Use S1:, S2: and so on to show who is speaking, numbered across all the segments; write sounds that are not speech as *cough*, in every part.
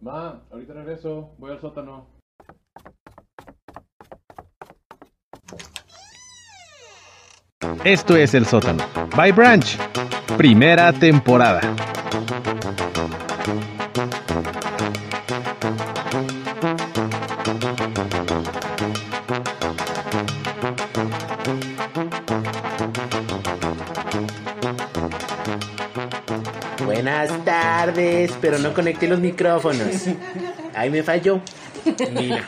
S1: Ma, ahorita regreso, voy al sótano.
S2: Esto es El Sótano. By Branch. Primera temporada.
S3: Buenas tardes, pero no conecté los micrófonos. Ahí me falló. Mira.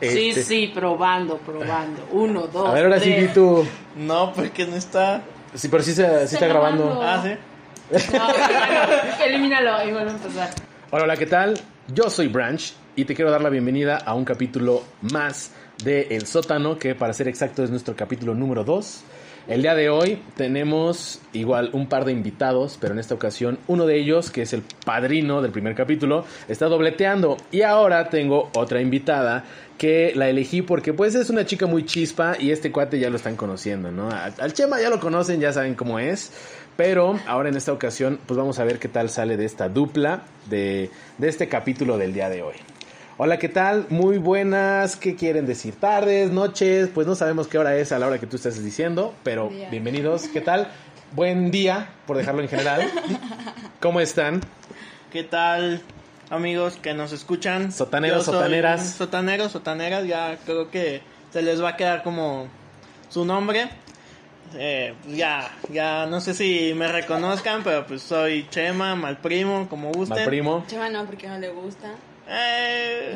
S4: Sí,
S3: Este,
S4: sí, probando, probando. Uno, dos.
S3: A ver, ahora sí,
S4: tres.
S3: Vito.
S5: No, porque no está.
S3: Sí, pero sí, se- sí está
S4: Está
S3: grabando.
S4: grabando.
S5: Ah, sí.
S4: No, no, *laughs* elimínalo y vuelve a empezar.
S3: Hola, hola, ¿qué tal? Yo soy Branch y te quiero dar la bienvenida a un capítulo más de El Sótano, que para ser exacto es nuestro capítulo número 2. El día de hoy tenemos igual un par de invitados, pero en esta ocasión uno de ellos, que es el padrino del primer capítulo, está dobleteando. Y ahora tengo otra invitada que la elegí porque pues es una chica muy chispa y este cuate ya lo están conociendo, ¿no? A- Al Chema ya lo conocen, ya saben cómo es. Pero ahora en esta ocasión pues vamos a ver qué tal sale de esta dupla de, de este capítulo del día de hoy. Hola, ¿qué tal? Muy buenas, ¿qué quieren decir? Tardes, noches, pues no sabemos qué hora es a la hora que tú estás diciendo, pero
S4: Día.
S3: bienvenidos, ¿qué tal? Buen día, por dejarlo en general. ¿Cómo están?
S5: ¿Qué tal, amigos que nos escuchan?
S3: Sotaneros,
S5: Yo soy-
S3: sotaneras.
S5: Sotaneros, sotaneras, ya creo que se les va a quedar como su nombre. Eh, ya, ya no sé si me reconozcan, pero pues soy Chema, mal primo, como gusten.
S3: Mal primo.
S6: Chema no, porque no le gusta.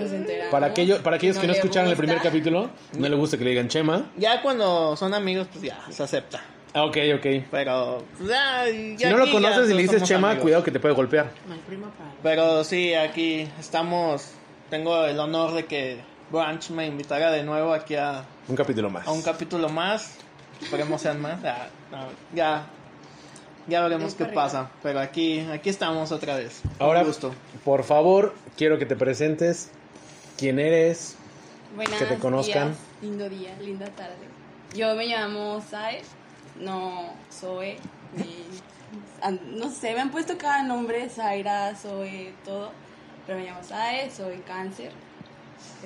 S6: Nos
S5: Eh,
S6: enteramos.
S3: Para aquellos, para aquellos que no
S6: le
S3: escucharon el
S6: gusta.
S3: primer capítulo, no le gusta que le digan Chema.
S5: ya cuando son amigos, pues ya se acepta.
S3: Ah, ok, ok.
S5: Pero, pues, ya,
S3: Si
S5: ya
S3: no lo
S5: aquí ya
S3: conoces y
S5: todos
S3: le dices
S5: somos
S3: Chema,
S5: amigos.
S3: cuidado que te puede golpear.
S4: Mal primo para.
S5: Pero sí, aquí estamos. Tengo el honor de que Branch me invitara de nuevo aquí a,
S3: Un capítulo más.
S5: a un capítulo más. Esperemos sean más. Ah, no, ya, ya veremos
S6: Es
S5: qué
S6: correcto.
S5: pasa. Pero aquí, aquí estamos otra vez. Un
S3: Ahora,
S5: gusto.
S3: por favor, quiero que te presentes quién eres,
S6: Buenas
S3: que te conozcan.
S6: días, lindo día, linda tarde. Yo me llamo Sae, no Zoe, ni- an- no sé, me han puesto cada nombre, Zaira, Zoe, todo, pero me llamo Sae, soy cáncer.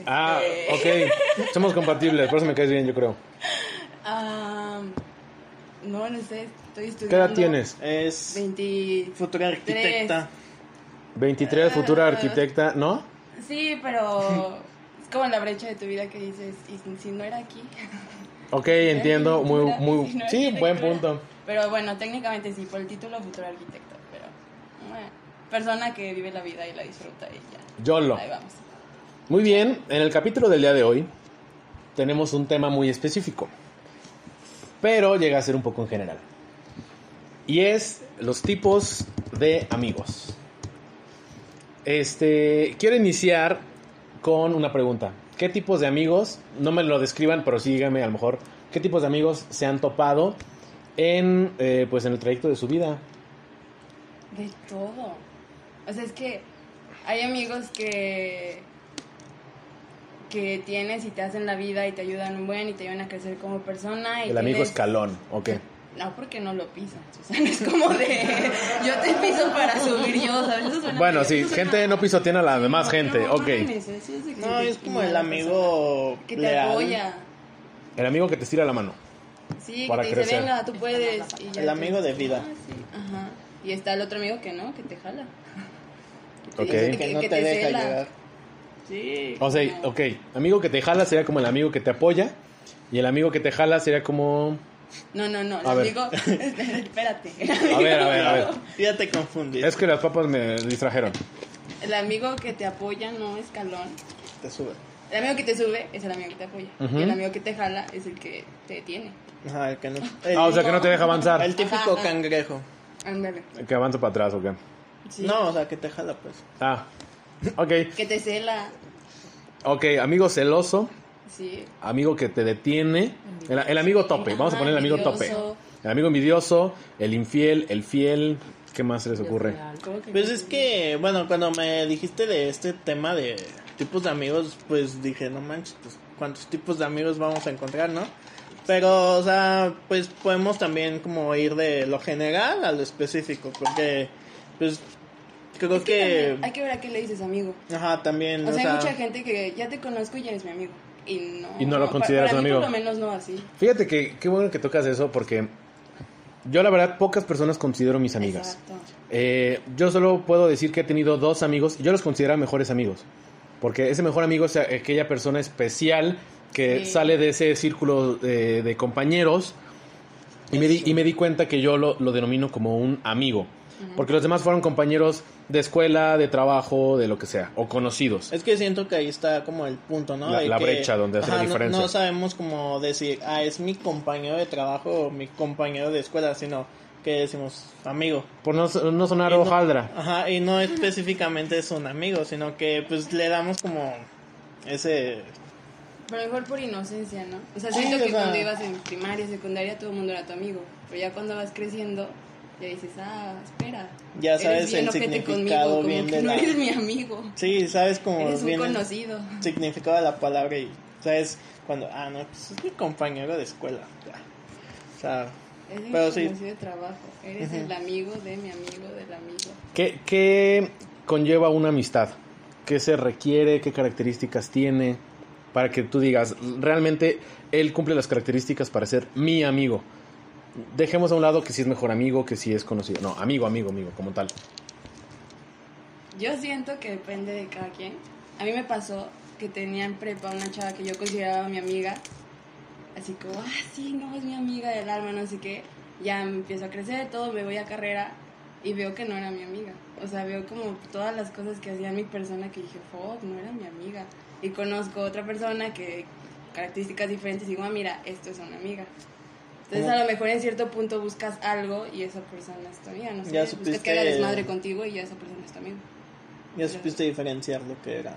S3: Ah,
S6: Este,
S3: ok. Somos compatibles, por eso me caes bien, yo creo.
S6: am, no, no sé, estoy estudiando.
S3: ¿Qué edad tienes?
S5: Es
S6: 20.
S5: futura arquitecta.
S3: 23, futura
S6: Ah.
S3: arquitecta, ¿no?
S6: Sí,
S3: *laughs*
S6: pero es como la brecha de tu vida que dices, y si- si no era aquí. *laughs*
S3: Ok, entiendo. Muy,
S6: Mira,
S3: muy.
S6: si no
S3: Sí,
S6: arquitectura.
S3: buen punto.
S6: Pero bueno, técnicamente sí, por el título futuro arquitecto, pero bueno, persona que vive la vida y la disfruta y ya.
S3: YOLO.
S6: Ahí vamos.
S3: Muy bien, en el capítulo del día de hoy tenemos un tema muy específico, pero llega a ser un poco en general. Y es los tipos de amigos. Este, quiero iniciar con una pregunta. ¿Qué tipos de amigos, no me lo describan, pero sí díganme a lo mejor, qué tipos de amigos se han topado en, eh, pues en el trayecto de su vida?
S6: De todo. O sea, es que hay amigos que que tienes y te hacen la vida y te ayudan un buen y te ayudan a crecer como persona y
S3: El amigo
S6: tienes-
S3: escalón, ok.
S6: no porque no lo pisas o sea no es como de yo te piso para subir yo ¿sabes? Eso suena
S3: Bueno,
S6: medio-
S3: sí,
S6: eso suena-
S3: gente no pisotean a la demás
S6: No,
S3: gente,
S6: no, mames,
S3: ok.
S6: eso es de que-
S5: No, es como el
S6: mala
S5: amigo
S6: persona. que te
S5: leal.
S6: apoya
S3: El amigo que te estira la mano.
S6: Sí,
S3: para
S6: que te
S3: crecer.
S6: dice, venga, tú puedes. y ya
S5: El
S6: tú-
S5: amigo de vida.
S6: Ah, sí. Ajá. Y está el otro amigo que no, que te jala.
S3: Ok.
S5: El que no te, deja
S6: cela.
S5: llegar.
S6: Sí.
S3: O sea, ok, amigo que te jala sería como el amigo que te apoya. Y el amigo que te jala sería como.
S6: No, no, no,
S3: A
S6: el
S3: ver. *laughs*
S6: amigo... *laughs* Espérate.
S3: A ver, a ver, a ver.
S5: *laughs* Ya te confundí.
S3: Es que las papas me distrajeron.
S6: El amigo que te apoya no es calón.
S5: Te sube.
S6: El amigo que te sube es el amigo que te apoya.
S3: Ujú.
S6: Y el amigo que te jala es el que te detiene.
S5: Ajá, el que no. el-
S3: Ah, o sea, que no te deja avanzar.
S5: El típico
S6: Ajá.
S5: cangrejo.
S6: Ándale.
S3: Que avanza para atrás, ok.
S6: Sí.
S5: No, o sea, que te jala, pues.
S3: Ah, ok.
S6: Que te cela.
S3: Ok, amigo celoso,
S6: Sí.
S3: amigo que te detiene. El, el amigo tope, vamos a poner el amigo tope.
S6: Envidioso.
S3: El amigo envidioso, el infiel, el fiel. ¿Qué más se les ocurre?
S4: ¿Cómo que
S5: Pues es que, bueno, cuando me dijiste de este tema de tipos de amigos, pues dije, no manches, pues, ¿cuántos tipos de amigos vamos a encontrar, no? Pero, o sea, pues podemos también como ir de lo general a lo específico, porque, pues, creo
S6: Es que
S5: que...
S6: también hay que ver a qué le dices amigo.
S5: Ajá, también,
S6: O, sea, hay mucha gente que ya te conozco y ya eres mi amigo. Y no,
S3: Y no lo
S6: pa-
S3: consideras
S6: para
S3: un
S6: mí
S3: amigo.
S6: Por lo menos no así.
S3: Fíjate que qué bueno que tocas eso porque yo la verdad pocas personas considero mis amigas.
S6: Exacto.
S3: Eh, yo solo puedo decir que he tenido dos amigos y yo los considero mejores amigos. Porque ese mejor amigo es aquella persona especial que
S6: Sí.
S3: sale de ese círculo eh, de compañeros. Y me, di, y me di cuenta que yo lo, lo denomino como un amigo. Porque los demás fueron compañeros de escuela, de trabajo, de lo que sea, o conocidos.
S5: Es que siento que ahí está como el punto, ¿no?
S3: La-
S5: De
S3: la
S5: que-
S3: brecha donde hace la
S5: no-
S3: diferencia.
S5: No, sabemos como decir, ah, es mi compañero de trabajo o mi compañero de escuela, sino que decimos amigo.
S3: Por no, no sonar
S5: Y no-
S3: hojaldra.
S5: Ajá, y no específicamente es un amigo, sino que pues le damos como ese...
S6: Pero mejor por inocencia, ¿no? O sea,
S5: Sí,
S6: siento
S5: o
S6: que
S5: sea-
S6: cuando ibas en primaria, secundaria, todo el mundo era tu amigo. Pero ya cuando vas creciendo, ya dices, ah, espera.
S5: Ya
S6: eres
S5: sabes
S6: bien
S5: el
S6: ojete
S5: significado
S6: conmigo,
S5: bien
S6: como
S5: de
S6: que
S5: la-
S6: No eres mi amigo,
S5: Sí, sabes como
S6: eres un
S5: viene el
S6: conocido.
S5: significado de la palabra y sabes cuando, ah, no, pues es mi compañero de escuela. ya. O sea,
S6: Eres
S5: Pero
S6: mi
S5: sí.
S6: conocido de trabajo. Eres el amigo de mi amigo del amigo.
S3: ¿Qué, qué conlleva una amistad? ¿Qué se requiere? ¿Qué características tiene? Para que tú digas, realmente él cumple las características para ser mi amigo. Dejemos a un lado que si es mejor amigo, que si es conocido. No, amigo, amigo, amigo, como tal.
S6: Yo siento que depende de cada quien. A mí me pasó que tenía en prepa una chava que yo consideraba mi amiga. Así como, ah, sí, no, es mi amiga del alma, no sé qué. Ya empiezo a crecer, todo, me voy a carrera y veo que no era mi amiga. O sea, veo como todas las cosas que hacía mi persona que dije, fuck, no era mi amiga. Y conozco otra persona que características diferentes y digo, ah, mira, esto es una amiga. Entonces,
S5: Como-
S6: a lo mejor en cierto punto buscas algo y esa persona es tu amiga, no sé.
S5: Ya
S6: buscas
S5: supiste-
S6: que haga desmadre contigo y ya esa persona es tu amiga.
S5: ya supiste diferenciar lo que era.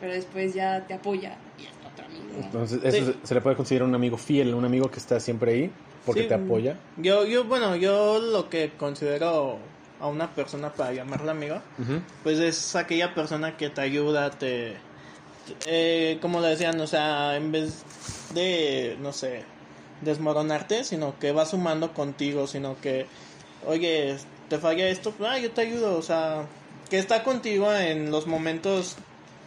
S6: pero después ya te apoya y es otro amigo.
S3: Entonces, eso
S5: Sí.
S3: se- se le puede considerar un amigo fiel, un amigo que está siempre ahí porque
S5: Sí,
S3: te apoya.
S5: Yo, yo, bueno, yo lo que considero a una persona para llamarla amigo, pues es aquella persona que te ayuda, te... te- eh, como le decían, o sea, en vez de, no sé, desmoronarte, sino que va sumando contigo, sino que, oye, te falla esto, pues, ah, yo te ayudo, o sea, que está contigo en los momentos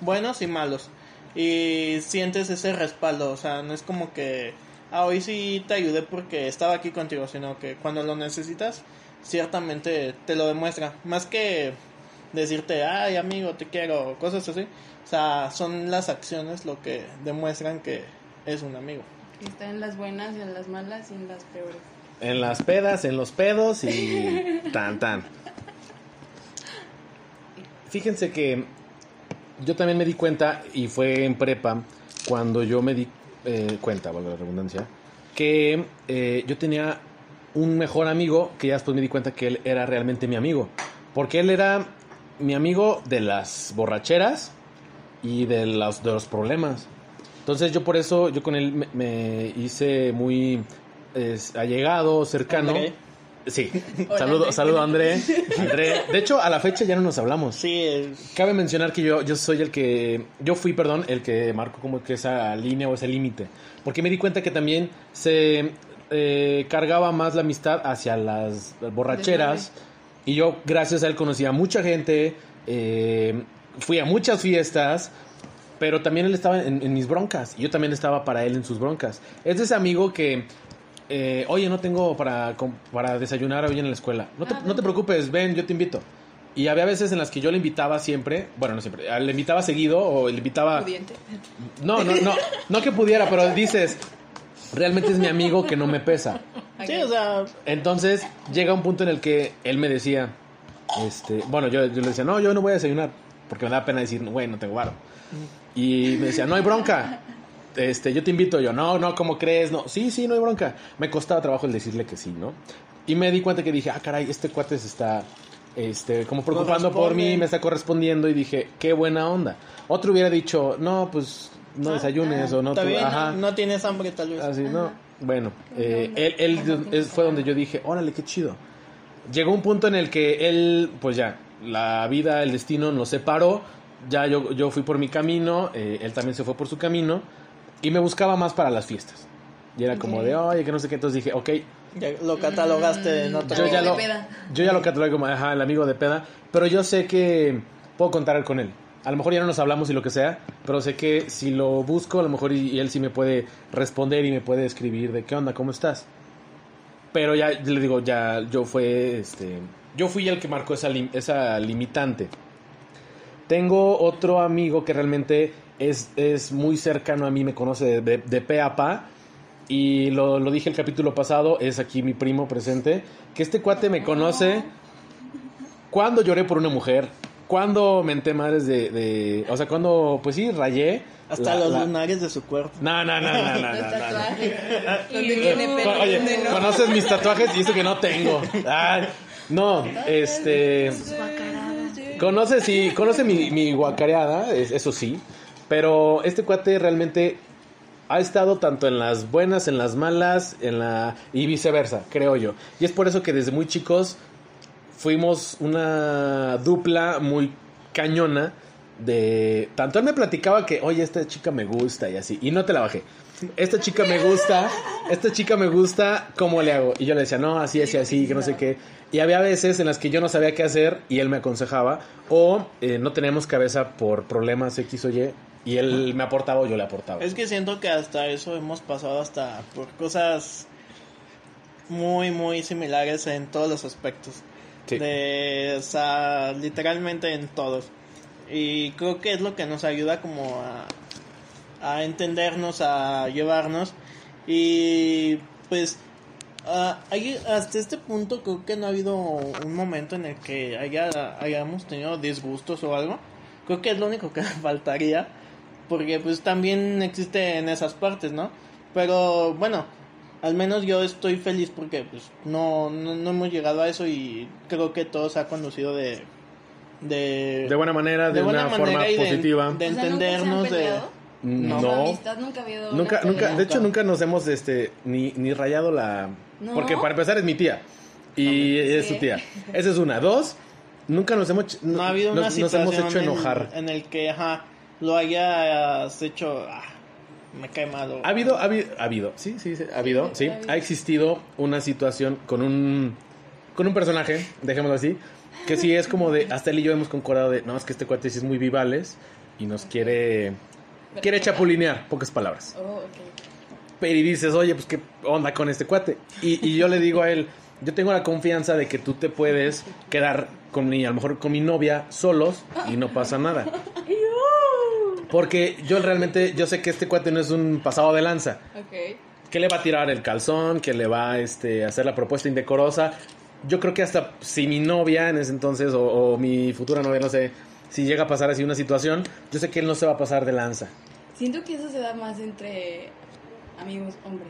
S5: buenos y malos. Y sientes ese respaldo, o sea, no es como que, ah, hoy sí te ayudé porque estaba aquí contigo, sino que cuando lo necesitas, ciertamente te lo demuestra. Más que decirte, ay amigo, te quiero, o cosas así. O sea, son las acciones lo que demuestran que es un amigo.
S6: Está en las buenas, en las malas y en las peores.
S3: En las pedas, en los pedos
S5: *laughs*
S3: y tan tan. Fíjense que yo también me di cuenta, y fue en prepa, cuando yo me di eh, cuenta, valga la redundancia, que eh, yo tenía un mejor amigo que ya después me di cuenta que él era realmente mi amigo. Porque él era mi amigo de las borracheras y de los, de los problemas. Entonces yo por eso, yo con él me, me hice muy es, allegado, cercano.
S5: André.
S3: Sí,
S6: *laughs* Hola,
S3: saludo,
S6: André.
S3: saludo André. André. De hecho, a la fecha ya no nos hablamos.
S5: Sí, es-
S3: Cabe mencionar que yo, yo soy el que, yo fui, perdón, el que marcó como que esa línea o ese límite. Porque me di cuenta que también se eh, cargaba más la amistad hacia las borracheras. Y yo, gracias a él, conocí a mucha gente, eh, fui a muchas fiestas, pero también él estaba en, en mis broncas. Y yo también estaba para él en sus broncas. Es de ese amigo que... eh, oye, no tengo para, com- para desayunar hoy en la escuela. No te,
S6: Ah,
S3: no te
S6: ven.
S3: preocupes, ven, yo te invito. Y había veces en las que yo le invitaba siempre, bueno, no siempre, le invitaba seguido o le invitaba...
S6: Pudiente.
S3: No, no, no, no que pudiera, pero dices, realmente es mi amigo que no me pesa.
S5: sí, o sea,
S3: Entonces llega un punto en el que él me decía, este, bueno, yo, yo le decía, no, yo no voy a desayunar, porque me da pena decir, güey, no tengo varo. Y me decía, no hay bronca. Este, yo te invito, yo, no, no, ¿cómo crees? No, sí, sí, no hay bronca. Me costaba trabajo el decirle que sí, ¿no? Y me di cuenta que dije, ah, caray, este cuate se está, este, como preocupando por
S5: Corresponde.
S3: mí, me está correspondiendo. Y dije, qué buena onda. Otro hubiera dicho, no, pues, no
S5: Ah,
S3: desayunes o no,
S5: está
S3: tú-
S5: bien,
S3: ajá.
S5: no, no tienes hambre tal vez.
S3: Así, Ah, no. Bueno,
S6: Qué
S3: eh,
S6: onda.
S3: él, él es- fue donde yo dije, órale, qué chido. Llegó un punto en el que él, pues ya, la vida, el destino nos separó. Ya yo, yo fui por mi camino, eh, él también se fue por su camino. Y me buscaba más para las fiestas. Y era como de, oye, que no sé qué. Entonces dije, ok,
S5: Ya lo catalogaste
S6: Mm,
S5: en otro.
S3: yo ya,
S6: de
S3: lo,
S6: peda.
S3: yo ya lo catalogo como ajá, el amigo de peda, pero yo sé que puedo contar con él. A lo mejor ya no nos hablamos y lo que sea, pero sé que si lo busco, a lo mejor y, y él sí me puede responder y me puede escribir de qué onda, cómo estás. Pero ya le digo, ya yo fue este yo fui el que marcó esa lim- esa limitante. Tengo otro amigo que realmente es, es muy cercano a mí, me conoce de, de, de pe a pa. Y lo, lo dije el capítulo pasado, es aquí mi primo presente, que este cuate me conoce cuando lloré por una mujer, cuando menté madres de, de- O sea, cuando, pues sí, rayé.
S5: Hasta
S3: la-
S5: los
S3: la-
S5: lunares de su cuerpo.
S3: No, no, no, no, no, no,
S6: Los
S3: no, no.
S6: *laughs* tatuajes. Donde
S4: Y-
S6: viene pelo,
S3: Oye,
S6: donde no.
S3: conoces mis tatuajes y eso que no
S6: *laughs*
S3: tengo. Ay, no, este. Conoce, sí, conoce mi, mi guacareada, es- eso sí. Pero este cuate realmente ha estado tanto en las buenas, en las malas, en la. y viceversa, creo yo. Y es por eso que desde muy chicos fuimos una dupla muy cañona de tanto él me platicaba que oye esta chica me gusta y así y no te la bajé esta chica me gusta esta chica me gusta cómo le hago y yo le decía no así así así que no sé qué y había veces en las que yo no sabía qué hacer y él me aconsejaba o eh, no teníamos cabeza por problemas x o y y él me aportaba o yo le aportaba
S5: Es que siento que hasta eso hemos pasado hasta por cosas muy, muy similares en todos los aspectos.
S3: Sí.
S5: De, o sea, literalmente en todos. Y creo que es lo que nos ayuda como a, a entendernos, a llevarnos. Y pues ah, hay- hasta este punto creo que no ha habido un momento en el que haya, hayamos tenido disgustos o algo. Creo que es lo único que *laughs* faltaría. Porque pues también existe en esas partes, ¿no? Pero bueno, al menos yo estoy feliz porque pues no, no, no hemos llegado a eso y creo que todo se ha conducido de... De,
S3: de buena manera de,
S5: de buena
S3: una
S5: manera
S3: forma
S5: y de-
S3: positiva
S5: de
S6: O sea, ¿nunca se han
S5: entendernos, de-
S6: peleado?
S3: no,
S6: En su amistad nunca ha habido una
S3: Nunca,
S6: pelea.
S3: nunca, de hecho nunca nos hemos este ni, ni rayado la
S6: No.
S3: porque para empezar es mi tía y es
S6: Sí.
S3: su tía. Esa es una, dos. Nunca nos hemos ch-
S5: no ha habido una
S3: nos, nos
S5: situación
S3: hemos hecho
S5: en-
S3: enojar.
S5: En, el que ajá, lo hayas hecho ah, me cae mal o-
S3: Ha habido ha habido, ha habido. Sí, sí, sí, ha habido, sí.
S6: ha habido.
S3: Ha existido una situación con un con un personaje, dejémoslo así, que sí es como de hasta él y yo hemos concordado de, no, es que este cuate sí es muy vivales y nos quiere quiere chapulinear, pocas palabras.
S6: Oh, ok.
S3: Pero y dices, oye, pues qué onda con este cuate. Y, y yo le digo a él, yo tengo la confianza de que tú te puedes quedar con mi, a lo mejor con mi novia solos y no pasa
S6: *laughs*
S3: nada. Porque yo realmente, yo sé que este cuate no es un pasado de lanza.
S6: Ok.
S3: Que le va a tirar el calzón, que le va este, a hacer la propuesta indecorosa. Yo creo que hasta si mi novia en ese entonces, o, o mi futura novia, no sé, si llega a pasar así una situación, yo sé que él no se va a pasar de lanza.
S6: Siento que eso se da más entre amigos hombres.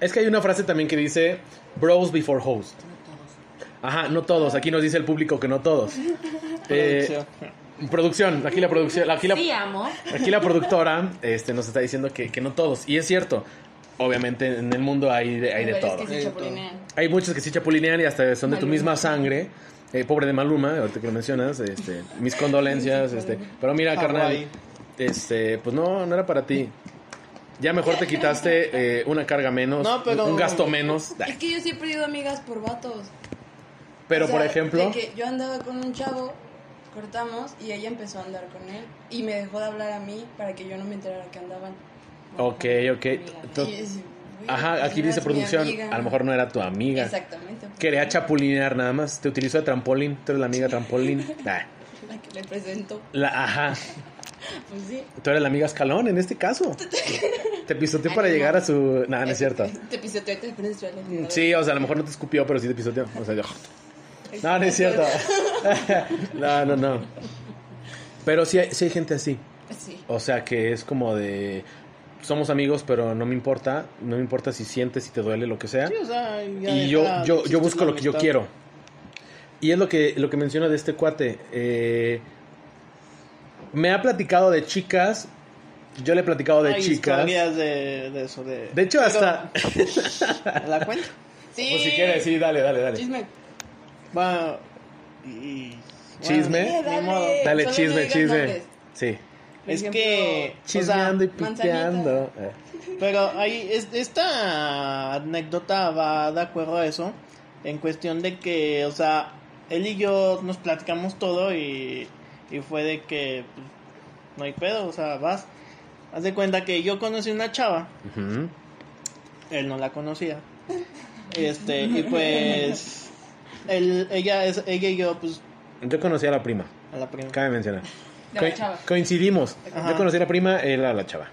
S3: Es que hay una frase también que dice bros before host. Ajá, no todos. Aquí nos dice el público que no todos. Eh,
S5: producción.
S3: producción, aquí la producción, aquí la,
S4: Sí, amor.
S3: aquí la productora este, nos está diciendo que, que no todos. Y es cierto. Obviamente en el mundo hay de, hay de
S6: Lugares
S3: todo.
S6: que se
S5: Hay de
S6: chapulinean.
S3: Hay muchos que sí chapulinean y hasta son de tu
S6: Maluma.
S3: misma sangre. Eh, pobre de Maluma, ahorita que lo mencionas, este, mis condolencias, este, pero mira, carnal,
S5: Hawái.
S3: este, pues no, no era para ti. Ya mejor te quitaste eh, una carga menos,
S5: No, pero-
S3: un gasto menos.
S6: Es que yo sí he perdido amigas por vatos.
S3: Pero
S6: O sea,
S3: por ejemplo,
S6: de que yo andaba con un chavo, cortamos y ella empezó a andar con él y me dejó de hablar a mí para que yo no me enterara que andaban.
S3: ok, ok. to-
S6: Y es, güey,
S3: Ajá, aquí dice
S6: no eras mi
S3: producción,
S6: amiga.
S3: a lo mejor no era tu amiga.
S6: Exactamente. pues, *laughs*
S3: Quería chapulinear nada más, te utilizó de trampolín, tú eres la amiga trampolín. Nah.
S6: La que le presento,
S3: La, ajá,
S6: pues sí.
S3: tú eres la amiga escalón en este
S6: *laughs*
S3: caso. Te pisoteó
S6: Ay,
S3: para
S6: no.
S3: llegar a su... Nah, Ah, no es cierto.
S6: *laughs*
S3: Mm,
S6: Te pisoteó y te presentó. *laughs*
S3: Sí, o sea, a lo mejor no te escupió, pero sí te pisoteó. O sea, yo- No, no es cierto. *laughs* No, no, no. Pero sí hay, sí hay gente así.
S6: Pues Sí.
S3: O sea, que es como de... Somos amigos, pero no me importa. No me importa si sientes, si te duele, lo que sea.
S5: Sí, o sea, ya
S3: y yo,
S5: deja de
S3: yo, yo
S5: existir
S3: busco
S5: la
S3: lo que yo
S5: amistad.
S3: quiero. Y es lo que, lo que menciona de este cuate. eh, me ha platicado de chicas. Yo le he platicado de
S5: Hay
S3: chicas.
S5: historias de, de eso de,
S3: De hecho, hasta. *laughs*
S5: la cuenta
S6: Sí.
S3: Pues si quieres, sí, dale, dale, dale.
S6: Chisme.
S5: va y, y-
S3: Chisme.
S5: bueno,
S6: Eh,
S5: ni modo.
S6: dale.
S3: Dale,
S6: Solo no
S3: chisme,
S6: digas
S3: chisme.
S6: nombres.
S3: Sí.
S6: Por
S5: Es
S6: ejemplo,
S5: que. O sea,
S3: Chismeando y piteando.
S6: manzanita.
S3: Eh.
S5: pero ahí. es- esta anécdota va de acuerdo a eso. En cuestión de que, o sea, él y yo nos platicamos todo y. Y fue de que. pues, no hay pedo, o sea, vas. Haz de cuenta que yo conocí una chava.
S3: Ujú.
S5: Él no la conocía. Este, y
S3: *laughs*
S5: pues. él- ella, es, ella y yo, pues,
S3: Yo conocí a la prima,
S5: a la prima.
S3: cabe mencionar.
S4: De
S3: Coi-
S4: la chava.
S3: Coincidimos.
S5: Ajá.
S3: Yo conocí a la prima, él a la chava.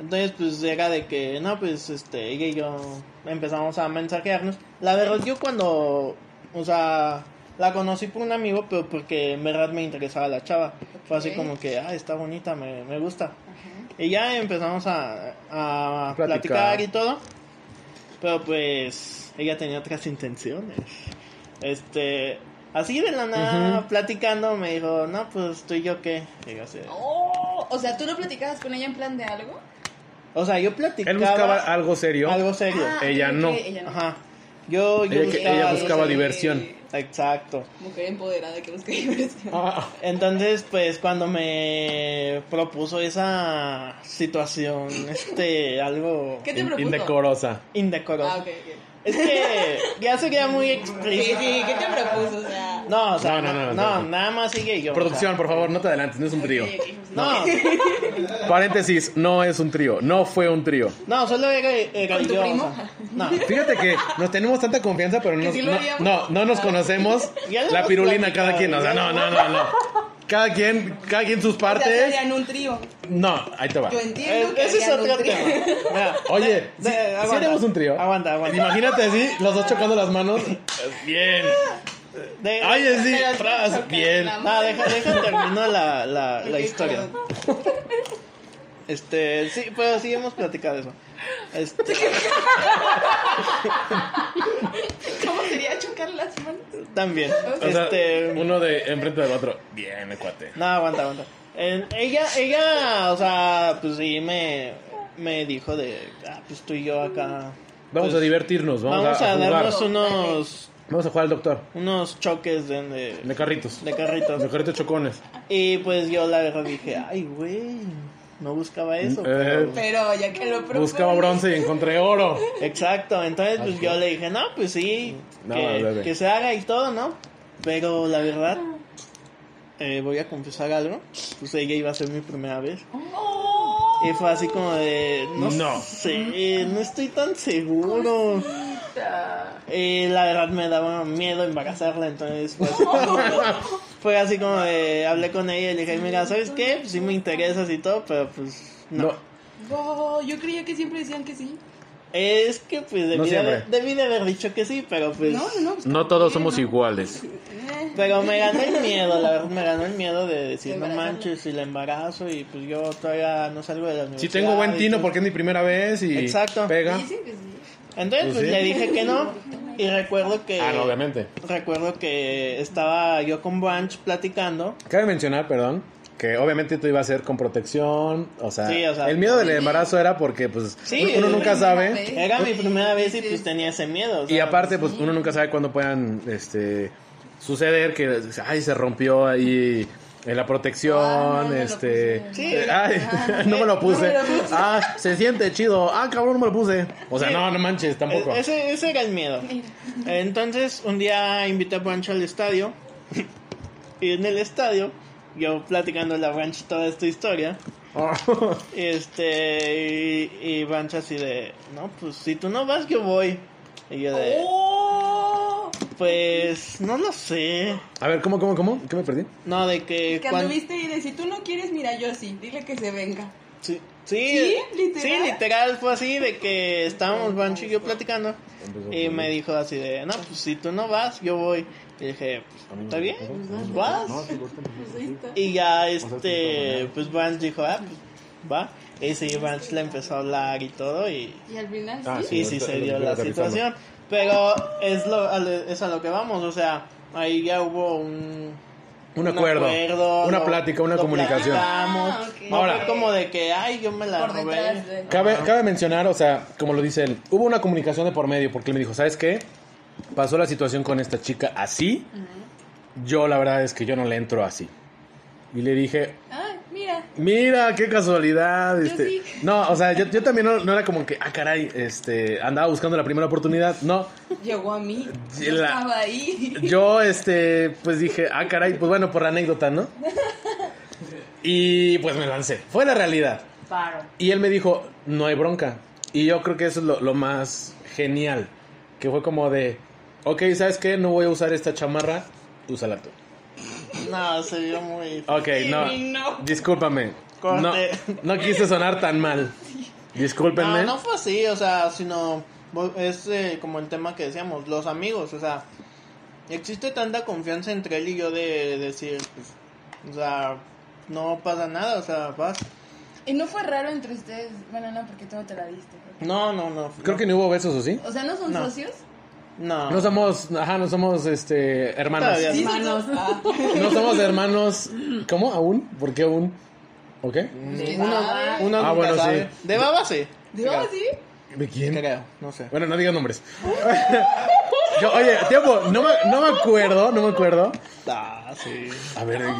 S5: Entonces, pues llega de que, no, pues, este, ella y yo empezamos a mensajearnos. La verdad, yo cuando, o sea, la conocí por un amigo, pero porque en verdad me interesaba la chava. Fue así
S4: Ok.
S5: como que, ah, está bonita, me, me gusta. Y ya empezamos a, a
S3: Platicar.
S5: platicar y todo. Pero pues, ella tenía otras intenciones. Este, así de la nada, platicando, me dijo, no, pues, tú y yo qué. Y yo así de-
S6: Oh, o sea, ¿tú no platicabas con ella en plan de algo?
S5: O sea, yo platicaba.
S3: Él buscaba algo serio.
S5: Algo serio.
S6: Ah,
S3: Ella
S6: ok,
S3: no.
S6: Ella no.
S5: Ajá. Yo,
S3: Ella
S5: yo
S3: que-
S5: buscaba.
S3: ella
S5: algo
S3: buscaba
S5: serio.
S3: diversión.
S5: Exacto.
S6: Mujer empoderada que busca *laughs* diversión.
S3: Ah,
S5: Entonces, pues, cuando me propuso esa situación, este, algo
S6: ¿Qué te
S3: in-
S6: propuso?
S3: indecorosa.
S5: indecoroso.
S6: Ah, ok, ok.
S5: Es que ya sería muy
S6: Sí,
S5: explícito.
S6: sí, ¿qué te propuso? O sea...
S5: No, o sea,
S3: No, no, no,
S5: no,
S3: no.
S5: nada más sigue yo.
S3: Producción, por favor, no te adelantes, no es un trío.
S6: ok, ok, sí. *laughs*
S5: o sea, no,
S3: Paréntesis, no es un trío, no fue un trío.
S5: no, solo era, era
S6: ¿Con tu
S5: yo. o
S6: primo?
S5: sea,
S6: *laughs*
S5: no.
S3: Fíjate que nos tenemos tanta confianza, pero no,
S6: Que
S3: nos-
S6: sí lo
S3: no,
S6: haríamos. Ah.
S3: no, no nos conocemos.
S5: *laughs* Ya lo
S3: La
S5: hemos
S3: pirulina
S5: platicado,
S3: cada quien, o sea,
S5: ya
S3: no, no, no, no. Cada quien, cada quien sus
S6: O sea,
S3: partes.
S6: serían un trío.
S3: No, ahí te va.
S6: Yo entiendo
S5: Eh,
S6: que
S5: ese es
S6: serían
S5: otro
S6: un trío.
S5: tema. Mira,
S3: *laughs* Oye, si,
S5: de- aguanta.
S3: éramos un trío.
S5: Aguanta, aguanta.
S3: Imagínate así, los dos chocando las manos. Bien.
S5: De-
S3: Ay, así,
S6: Pero no
S3: tras,
S6: chocan,
S3: bien.
S6: la-
S5: No, deja, deja termino la, la, la
S6: *laughs* Ok,
S5: historia.
S6: claro.
S5: Este, sí, pero sí hemos platicado eso. Este,
S3: *laughs*
S6: ¿Cómo sería chocar las manos?
S5: también.
S3: O sea,
S5: Este,
S3: uno de enfrente del otro. Bien, el cuate.
S5: no, aguanta, aguanta. En- ella, ella, o sea, pues sí me, me dijo de, ah, pues tú y yo acá.
S3: Vamos
S5: pues,
S3: a divertirnos, vamos,
S5: Vamos a,
S3: a, jugar.
S5: darnos unos,
S3: Vamos a jugar al doctor.
S5: unos choques de, de,
S3: De carritos.
S5: de carritos.
S3: De carritos chocones.
S5: Y pues yo la verdad dije, ay, güey, no buscaba eso.
S3: Eh,
S5: pero-
S6: Pero ya que lo propones...
S3: Buscaba bronce y encontré oro.
S5: Exacto, entonces pues yo le dije, no, pues sí,
S3: Mm, No,
S5: que,
S3: bebé.
S5: que se haga y todo, ¿no? Pero la verdad, eh, voy a confesar algo, pues ella iba a ser mi primera vez. Y fue así como de, no,
S3: No.
S5: sé, no estoy tan seguro. Y la verdad me daba miedo embarazarla, entonces fue así, como, fue así como de, hablé con ella y le dije, mira, ¿sabes qué? Pues sí me interesas y todo, pero pues no.
S3: No.
S6: Wow, yo creía que siempre decían que sí.
S5: Es que pues debí, de,
S3: siempre.
S5: haber, debí de haber dicho que sí, pero pues...
S6: No, no, no. pues,
S3: No todos somos iguales.
S6: eh.
S5: Pero me ganó el miedo, la verdad, me ganó el miedo de decir,
S6: De
S5: no
S6: embarazarme.
S5: manches, si la embarazo y pues yo todavía no salgo de la
S3: Si
S5: universidad.
S3: tengo buen
S5: y
S3: tino
S5: todo.
S3: porque es mi primera vez y
S5: Exacto.
S3: pega.
S6: Dicen que sí.
S5: Entonces
S3: Pues
S5: pues
S3: sí.
S5: le dije que no y recuerdo que...
S3: Ah, no, obviamente.
S5: Recuerdo que estaba yo con Branch platicando.
S3: Cabe mencionar, perdón, que obviamente tú iba a ser con protección, o sea,
S5: Sí, o sea,
S3: el miedo del embarazo era porque pues
S5: Sí,
S3: uno nunca
S5: primera
S3: sabe
S6: vez.
S5: Era mi primera vez y
S6: Sí.
S5: pues tenía ese miedo. o
S3: y
S5: sea,
S3: aparte pues uno nunca sabe cuándo puedan este suceder que ay se rompió ahí en la protección,
S6: Ah, no me lo
S3: este,
S6: puse.
S5: Sí.
S3: eh, ay, *laughs* no me lo puse.
S6: No me lo puse.
S3: Ah, se siente chido. Ah, cabrón, no me lo puse. O sea,
S5: Sí.
S3: no, no manches,
S5: pues,
S3: tampoco.
S5: e- Ese, ese era el miedo. Entonces un día invité a Branch al estadio *laughs* y en el estadio yo platicando a Branch toda esta historia.
S3: Ah.
S5: Este, y, y Bancho así de, no, pues si tú no vas, yo voy. Y yo de,
S6: ¡Oh!
S5: pues no lo sé.
S3: A ver, ¿cómo cómo cómo? ¿Qué me perdí?
S5: No, de que.
S6: Que
S5: cuan-
S6: anduviste y de si tú no quieres, mira, yo sí. Dile que se venga.
S5: Sí, sí,
S6: ¿Sí?
S5: ¿Literal?
S6: ¿Literal?
S5: fue así de que estábamos Bancho y yo platicando. Y me dijo así de, no, pues si tú no vas, yo voy. Y dije, pues, está bien, pues, vas.
S6: Pues ahí está.
S5: Y ya este, pues Branch dijo, ah, pues va. Y sí, Branch le empezó a hablar y todo. Y,
S6: Y al final sí.
S3: Ah, sí.
S5: y sí
S3: ahorita-
S5: se dio
S3: ahorita
S5: la
S3: aterrizamos.
S5: situación. Pero es, lo, a lo- es a lo que vamos, o sea, ahí ya hubo un,
S3: Un acuerdo, una
S5: lo-
S3: plática, una
S5: lo
S3: comunicación.
S5: platicamos.
S6: Ah, ok.
S5: No
S3: Ahora-
S5: fue como de que, ay, yo me la
S6: Por
S5: robé.
S6: detrás de...
S3: Cabe, cabe mencionar, o sea, como lo dice él, hubo una comunicación de por medio porque él me dijo, ¿sabes qué? Pasó la situación con esta chica así. Yo la verdad es que yo no le entro así. Y le dije,
S6: Ah, mira.
S3: Mira, qué casualidad.
S6: Yo
S3: este.
S6: sí.
S3: No, o sea, yo, yo también no, no era como que, ah, caray, este, andaba buscando la primera oportunidad. No,
S6: Llegó a mí.
S3: Sí,
S6: Yo
S3: la-
S6: estaba ahí.
S3: yo, este, pues dije, ah, caray, pues bueno, por la anécdota,
S6: *laughs*
S3: ¿no? Y pues me lancé. Fue la realidad.
S4: Paro.
S3: Y él me dijo, no hay bronca. Y yo creo que eso es lo, lo más genial. Que fue como de, ok, ¿sabes qué? No voy a usar esta chamarra, úsala tú.
S5: No, se vio muy.
S3: Ok, no.
S6: Sí, no.
S3: Discúlpame. No,
S5: Corte.
S3: no quise sonar tan mal. Discúlpenme.
S5: No, no fue así, o sea, sino. vo- Es eh, como el tema que decíamos, los amigos, o sea. Existe tanta confianza entre él y yo de decir, pues, o sea, no pasa nada, o sea, vas.
S6: Y no fue raro entre ustedes. Bueno, no, porque tú no te la diste. creo que.
S5: No, no, no.
S3: Creo que no hubo besos, ¿o sí?
S6: O sea, ¿no son
S5: No.
S6: socios?
S5: No.
S3: No somos, ajá, no somos este, hermanos.
S5: Todavía.
S6: Hermanos. Ah.
S3: No somos hermanos. ¿Cómo? ¿Aún? ¿Por qué aún? ¿O qué?
S6: De
S5: Uno,
S6: baba.
S5: uno
S3: Ah,
S5: nunca
S3: bueno, sí.
S5: sabe. De baba sí.
S6: *laughs* ¿Digo "Ah, así?
S3: ¿De quién?
S5: Creo, no sé.
S3: Bueno, no digas nombres. *laughs* Yo, oye, tiempo, no me, no me acuerdo, no me acuerdo.
S5: Ah, sí.
S3: A ver, ¿de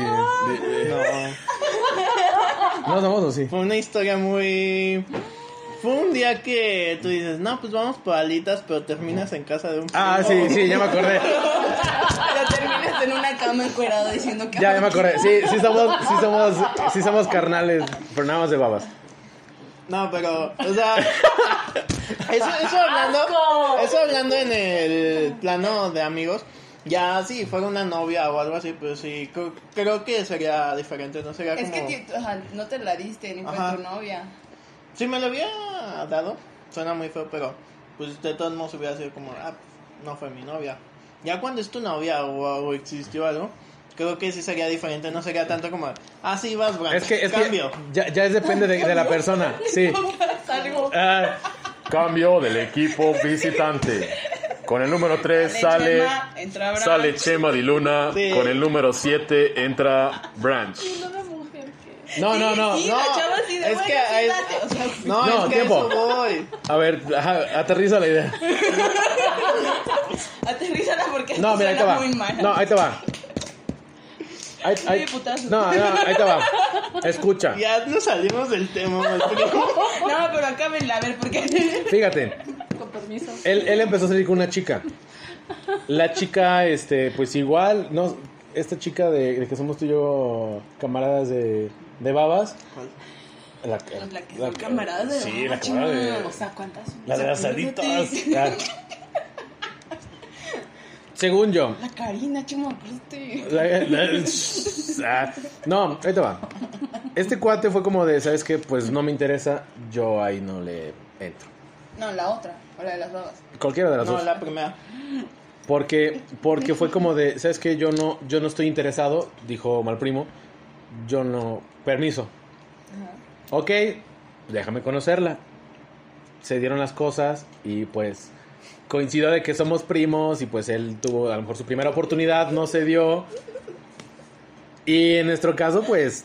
S3: qué? De- de-
S5: No.
S3: ¿No somos o sí?
S5: Fue una historia muy. Fue un día que tú dices, no, pues vamos por alitas, pero terminas en casa de un.
S3: Ah, sí,
S5: primo".
S3: sí, ya me acordé.
S6: Pero terminas en una cama encuerado diciendo que. "Ah,
S3: Ya, ya me acordé. Sí, sí somos, sí somos, sí somos carnales, pero nada más de babas.
S5: No, pero, o sea. *laughs* eso, eso hablando.
S4: ¡Asco!
S5: Eso hablando en el plano de amigos. Ya, si fuera una novia o algo así, pues sí, creo, creo que sería diferente, ¿no? Sería
S6: Es
S5: como.
S6: que ti- ajá, no te la diste ni fue
S5: Ajá.
S6: tu novia.
S5: Si me lo hubiera dado, suena muy feo, pero pues de todos modos hubiera sido como, ah, no fue mi novia. Ya cuando es tu novia o, o existió algo, creo que sí sería diferente, no sería tanto como, ah, sí, vas, Bran,
S3: Es que, es
S5: cambio.
S3: que ya, ya es depende de, de la persona.
S6: *laughs*
S3: Sí.
S6: Salgo.
S3: Ah,
S7: Cambio del equipo visitante. Con el número 3 sale,
S6: Chema, entra Abraham.
S7: sale Chema Di Luna.
S5: Sí.
S7: Con el número 7 entra Branch.
S6: Una mujer que.
S3: no, no, no.
S6: Sí,
S5: no,
S6: la chava así de
S5: es
S6: bueno,
S5: que
S6: sí,
S5: es-
S6: date, o sea,
S5: No,
S3: No,
S5: es que
S3: tiempo.
S5: a eso voy.
S3: A ver, ajá, aterriza la idea.
S6: Aterrízala porque
S3: No, mira, ahí te
S6: suena
S3: va.
S6: muy mal.
S3: No, ahí te va. Ahí, ahí-
S6: de putazo.
S3: no, no, ahí te va. Escucha.
S5: Ya nos salimos del tema, mal
S3: *laughs*
S5: primo.
S6: *laughs* No, pero acábenla, a ver, porque.
S3: Fíjate,
S6: Con permiso.
S3: él, él empezó a salir con una chica. La chica, este, pues igual, no, esta chica de, de que somos tú y yo camaradas de, de babas. La,
S6: La que son camaradas de
S3: Sí, la
S6: mamá,
S3: camarada de.
S6: chingada, O sea, ¿cuántas? son?
S3: La de
S6: O sea,
S3: las alitas.
S6: acuérdate.
S3: Según yo,
S6: *laughs* La Karina, chimo, acuérdate.
S3: La- la- ah, no, ahí te va. Este cuate fue como de, ¿sabes qué? Pues no me interesa, yo ahí no le entro.
S6: No, la otra, o la de las babas.
S3: Cualquiera de las
S5: No,
S3: dos.
S5: la primera.
S3: Porque, porque fue como de, ¿sabes qué? Yo no, yo no estoy interesado, dijo mal primo. Yo no. Permiso. Ok, déjame conocerla. Se dieron las cosas y pues coincidió de que somos primos y pues él tuvo a lo mejor su primera oportunidad, no se dio. Y en nuestro caso, pues,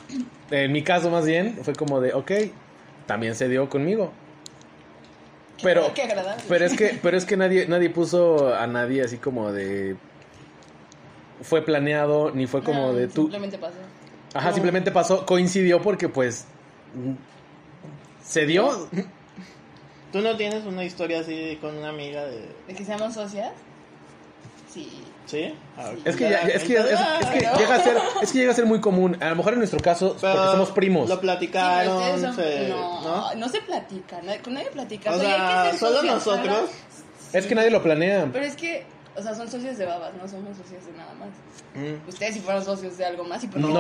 S3: en mi caso más bien, fue como de, ok, también se dio conmigo. Pero,
S6: Qué agradable.
S3: pero es que, pero es que nadie, nadie puso a nadie así como de. Fue planeado, ni fue como
S6: No,
S3: de tú.
S6: Ah, Simplemente pasó.
S3: Ajá, simplemente pasó, coincidió porque pues. mm, Se dio.
S5: ¿Tú no tienes una historia así con una amiga de.?
S6: ¿De que seamos socias? Sí.
S5: ¿Sí? Ah,
S3: Es que, ya- es, que, es, es que llega a ser, es que llega a ser muy común. A lo mejor en nuestro caso,
S5: Pero
S3: porque somos primos.
S5: Lo
S6: Sí, pero
S5: platicaron,
S6: ustedes son-
S5: se-
S6: no,
S5: ¿no?
S6: no, se platica, na- con nadie platica.
S5: O
S6: Oye, hay que
S5: sea,
S6: ser
S5: solo
S6: socios,
S5: nosotros.
S6: ¿verdad?
S3: Es que nadie lo planea.
S6: Pero es que, o sea, son socios de babas, no somos socios de nada más.
S5: Mm.
S6: Ustedes si fueron socios de algo más y por qué
S3: No.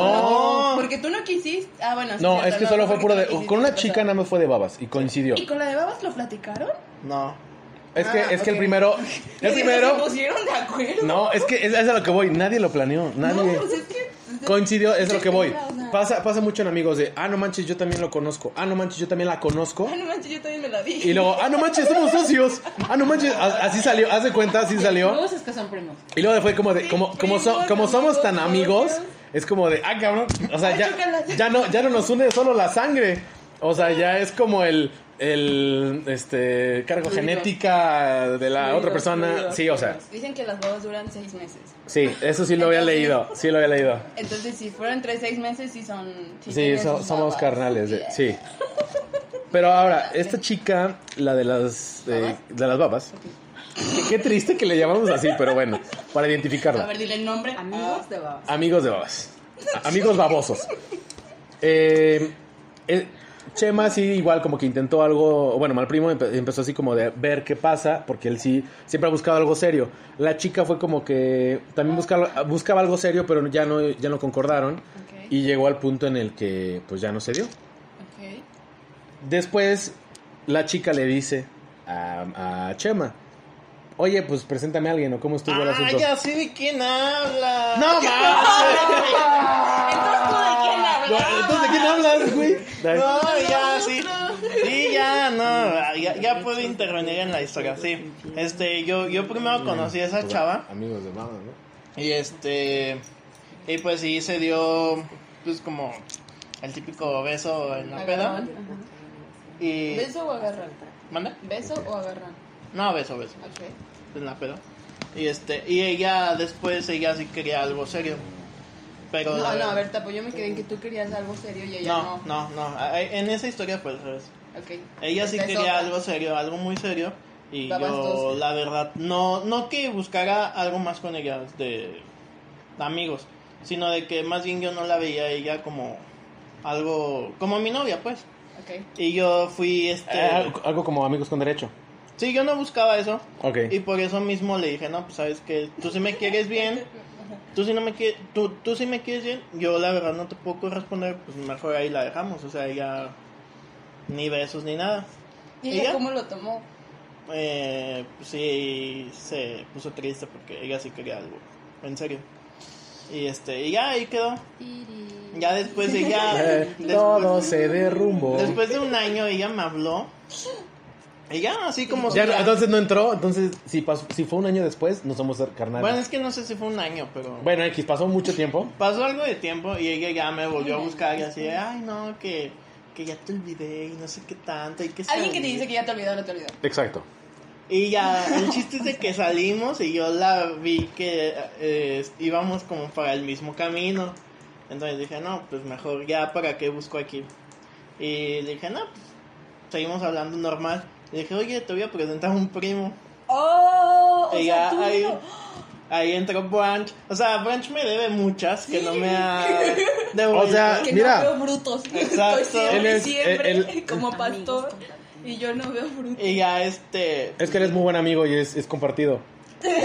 S6: no. Porque tú no quisiste. Ah, bueno. sí,
S3: No,
S6: cierto,
S3: es que solo fue
S6: porque
S3: puro
S6: tú
S3: de.
S6: no quisiste,
S3: Con una
S6: ¿qué pasó?
S3: chica nada más fue de babas y coincidió.
S6: ¿Y con la de babas lo platicaron?
S5: No.
S3: Es que,
S6: Ah,
S3: es que el
S6: ok.
S3: primero.
S6: *laughs*
S3: El
S6: ¿Se
S3: primero.
S6: pusieron de acuerdo?
S3: No, es que es, es a lo que voy. Nadie lo planeó. Nadie.
S6: pues es que.
S3: Coincidió, es a lo que voy.
S6: O sea,
S3: Pasa, pasa mucho en amigos de, ah, no manches, yo también lo conozco. Ah, no manches, yo también la conozco.
S6: Ah, no manches, yo también me la di.
S3: Y
S6: *laughs*
S3: luego, ah, no manches, somos socios. Ah, no manches, a- así salió, haz de cuenta, así salió.
S4: Todos es que son primos.
S3: Y luego fue como de, como, como, so- como somos tan amigos, es como de, ah, cabrón. O sea, ya, ya, no, ya no nos une solo la sangre. O sea, ya es como el, el este cargo
S6: Fluido.
S3: genética de la
S6: Fluido,
S3: otra persona.
S6: fluido,
S3: Sí, o sea,
S6: fluido. Dicen que las bodas duran seis meses.
S3: sí, eso sí lo había
S6: Entonces-
S3: leído. Sí lo había leído.
S6: Entonces, si fueron entre seis meses, sí son.
S3: Sí,
S6: tienen
S3: so-
S6: sus
S3: somos
S6: babas.
S3: carnales, de- sí. Pero ahora, esta chica, la de las eh, de las babas. Qué, qué triste que le llamamos así, pero bueno, para
S6: A
S3: identificarla.
S6: ver, dile el nombre. Ah.
S4: Amigos de babas.
S3: Amigos de babas. A- Amigos babosos. Eh, eh, Chema sí igual como que intentó algo, bueno, mal primo empe- empezó así como de ver qué pasa, porque él sí siempre ha buscado algo serio. La chica fue como que también buscaba, buscaba algo serio, pero ya no, ya no concordaron
S6: Ok.
S3: y llegó al punto en el que pues ya no se dio.
S6: Ok.
S3: Después, la chica le dice a, a Chema, oye, pues preséntame a alguien o cómo estuvo el
S5: Ah,
S3: asunto.
S5: ya sé de quién habla. *laughs*
S3: ¡No mames!
S6: Entonces, ¿tú de quién
S3: Ah,
S6: hablas?
S3: Entonces, ¿de quién hablas, güey?
S5: No, ya, sí. Sí, ya, no. Ya, ya puedo intervenir en la historia, sí. Este, yo, yo primero conocí a esa chava.
S3: Pues, Amigos de mamá, ¿no?
S5: Y este. Y pues sí se dio. Pues como. El típico beso en la peda.
S6: Agarrón. Ajá.
S5: Y.
S6: ¿Beso o agarrón?
S5: ¿Manda?
S6: ¿Beso o agarrón?
S5: No, beso, beso.
S6: Ok.
S5: en la peda. Y este, y ella después ella sí quería algo serio. Pero la
S6: No, no,
S5: verdad-
S6: a ver, Tapo, yo me quedé en que tú querías algo serio y ella
S5: No,
S6: no.
S5: no, no. a- a- En esa historia fue al revés.
S6: Ok.
S5: Ella sí
S6: Esta es
S5: quería
S6: otra.
S5: algo serio, algo muy serio. Y
S6: Dabas
S5: yo,
S6: dos.
S5: la verdad, no, no que buscara algo más con ella de amigos, sino de que más bien yo no la veía a ella como algo, como mi novia, pues.
S6: Ok.
S5: Y yo fui, este,
S3: Eh, algo, algo como amigos con derecho.
S5: sí, yo no buscaba eso.
S3: Ok.
S5: Y por eso mismo le dije, no, pues sabes que tú si me quieres bien, tú si no me quieres, tú, tú si me quieres bien, yo la verdad no te puedo corresponder, pues mejor ahí la dejamos, o sea, ya ni besos ni nada.
S6: ¿Y ella
S5: ¿Ella?
S6: cómo lo tomó?
S5: Eh, pues sí, se puso triste porque ella sí quería algo, en serio. Y este, y ya ahí quedó. Ya después de ya,
S3: *laughs* Eh,
S5: después-
S3: todo se derrumbó.
S5: después de un año ella me habló. Ella así como
S3: Ya,
S5: si-
S3: no, entonces no entró, entonces si, pasó- si fue un año después, no somos carnales.
S5: Bueno,
S3: Bueno,
S5: es que no sé si fue un año, pero
S3: X, pasó mucho tiempo.
S5: Pasó algo de tiempo y ella ya me volvió a buscar y así, ay no, que, que ya te olvidé y no sé qué tanto y que
S6: Alguien que te
S5: salí".
S6: dice que ya te olvidó, no te olvidó.
S3: Exacto.
S5: Y ya, el chiste es de que salimos y yo la vi que eh, íbamos como para el mismo camino. Entonces dije, no, pues mejor ya, ¿para qué busco aquí? Y le dije, no, pues seguimos hablando normal. Le dije, oye, te voy a presentar a un primo.
S6: ¡Oh! O
S5: Y
S6: sea,
S5: ya
S6: tú
S5: ahí,
S6: no.
S5: ahí entró Branch. O sea, Branch me debe muchas que no me ha devuelto.
S3: O sea,
S6: Que
S3: Mira.
S6: no veo brutos. *laughs*
S5: Exacto.
S6: Estoy siempre,
S3: Él es- eh,
S6: siempre
S3: él- él-
S6: *laughs* como
S4: Amigos
S6: pastor.
S4: con tanto.
S6: Y yo no veo brutos.
S5: Y ya este.
S3: Es que eres muy buen amigo y es, es compartido.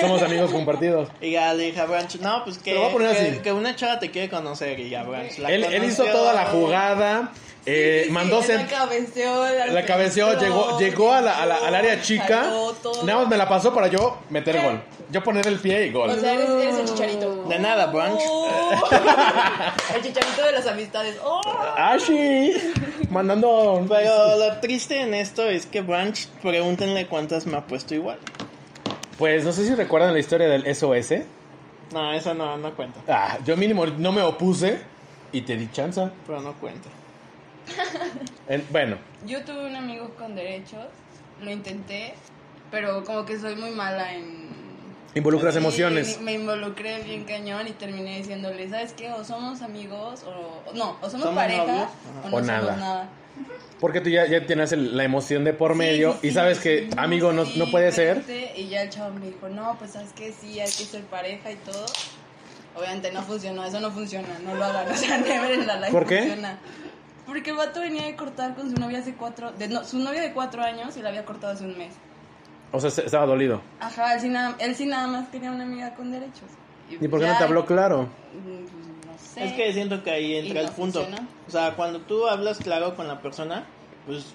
S3: Somos amigos compartidos.
S5: Y ya le dije a Branch, no, pues que,
S3: Te lo voy a poner
S5: que,
S3: así.
S5: que una chava te quiere conocer. Y ya Branch la
S3: Él, él hizo
S5: conoció.
S3: toda la jugada, eh,
S6: Sí,
S3: mandó
S6: sí,
S3: cent-
S6: La cabeceó.
S3: La cabeceó, llegó, llegó a la, a la- al área chica.
S6: jaló todo.
S3: Nada más me la pasó para yo meter gol. Yo poner el pie y gol.
S6: O sea, eres, eres el chicharito.
S5: De nada, Branch.
S6: Oh. *laughs* el chicharito de las amistades. ¡Oh!
S3: Ashi, mandando.
S5: Pero lo triste en esto es que Branch, pregúntenle cuántas me ha puesto igual.
S3: Pues no sé si recuerdan la historia del SOS.
S5: No, esa no, no cuenta.
S3: Ah, yo mínimo no me opuse y te di chance.
S5: Pero no cuenta.
S3: En- bueno,
S6: Yo tuve un amigo con derechos. Lo intenté. Pero como que soy muy mala en
S3: involucras
S6: Sí,
S3: emociones.
S6: Me involucré bien cañón y terminé diciéndole, ¿sabes qué? O somos amigos, o o- no, o somos,
S5: Somos
S6: pareja,
S5: novios,
S6: o
S3: ajá.
S6: no
S3: O nada.
S6: somos nada.
S3: Porque tú ya, ya tienes el- la emoción de por
S6: Sí,
S3: medio
S6: sí, sí,
S3: y sabes que,
S6: sí,
S3: amigo, no,
S6: sí,
S3: no puede ser.
S6: espérate. Y ya el chavo me dijo, no, pues sabes que sí, hay que ser pareja y todo. Obviamente no funcionó, eso no funciona, no lo hagan, *laughs* o sea, never en la life
S3: ¿Por qué?
S6: funciona. Porque el vato venía de cortar con su novia hace cuatro, de, no, su novia de cuatro años y la había cortado hace un mes.
S3: O sea, se- estaba dolido.
S6: Ajá, él sí nada, él sí nada más tenía una amiga con derechos.
S3: ¿Y por qué no
S6: ya-
S3: te habló claro?
S6: Mm, pues, No sé.
S5: Es que siento que ahí entra
S6: Y no
S5: el punto.
S6: funcionó.
S5: O sea, cuando tú hablas claro con la persona, pues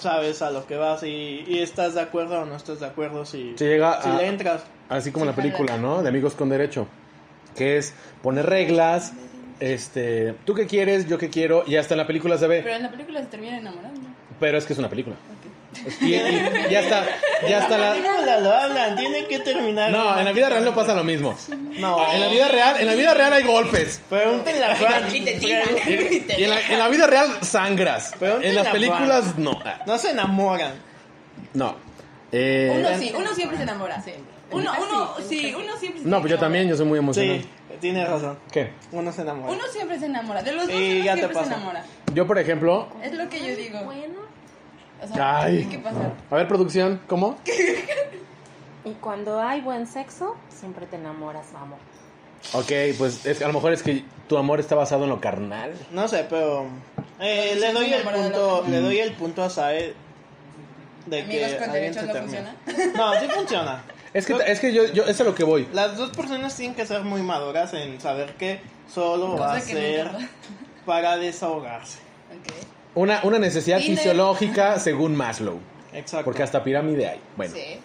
S5: sabes a lo que vas y, y estás de acuerdo o no estás de acuerdo si,
S3: Se llega
S5: si
S3: a-
S5: le entras.
S3: Así como
S6: Sí,
S3: la película, ¿no? De Amigos con Derecho. Que es poner reglas, este, tú qué quieres, yo qué quiero, y hasta en la película se ve.
S6: Pero en la película se termina enamorando.
S3: Pero es que es una película.
S6: Ok.
S3: Y, y ya está, ya está la...
S5: Habla, lo hablan, tienen que terminar.
S3: No, en la vida real no pasa lo mismo.
S5: No, eh,
S3: En la vida real, en la vida real hay golpes.
S5: pregúntenle a Juan.
S6: Y te tiran. Y te-
S3: Y en la, en la vida real sangras.
S5: Pero
S3: en las
S5: la
S3: películas no. Ah,
S5: No se enamoran.
S3: No. Eh,
S6: Uno sí, uno siempre se enamora. Uno,
S5: Ah,
S6: uno, sí, uno siempre se
S3: no, pues yo
S6: enamora.
S3: también, yo soy muy emocional.
S5: Sí, tienes razón.
S3: ¿Qué?
S5: Uno se enamora.
S6: Uno siempre se enamora. De los dos,
S5: Sí,
S6: uno
S5: ya te
S6: siempre se
S5: pasa.
S6: enamora.
S3: Yo, por ejemplo...
S6: Es lo que yo digo.
S8: Bueno,
S6: O sea,
S3: Ay.
S6: ¿qué pasa?
S3: A ver, producción, ¿cómo?
S8: y cuando hay buen sexo, siempre te enamoras, vamos.
S3: Ok, pues es- a lo mejor es que tu amor está basado en lo carnal.
S5: No sé, pero eh,
S6: Entonces,
S5: le doy
S6: ¿se
S5: el
S6: enamora de la
S5: punto,
S6: otra?
S5: le doy el punto a Sae de que
S6: Amigos con
S5: alguien
S6: derechos
S5: se
S6: no
S5: termina.
S6: funciona.
S5: No, sí funciona.
S3: *laughs* Es que, es que yo, yo, es a lo que voy.
S5: Las dos personas tienen que ser muy maduras en saber que solo va a
S6: Cosa que
S5: ser
S6: nunca
S5: para desahogarse.
S6: Ok.
S3: Una, una necesidad
S6: Tinder. *laughs*
S3: fisiológica según Maslow.
S5: Exacto.
S3: Porque hasta pirámide hay. Bueno.
S6: Sí.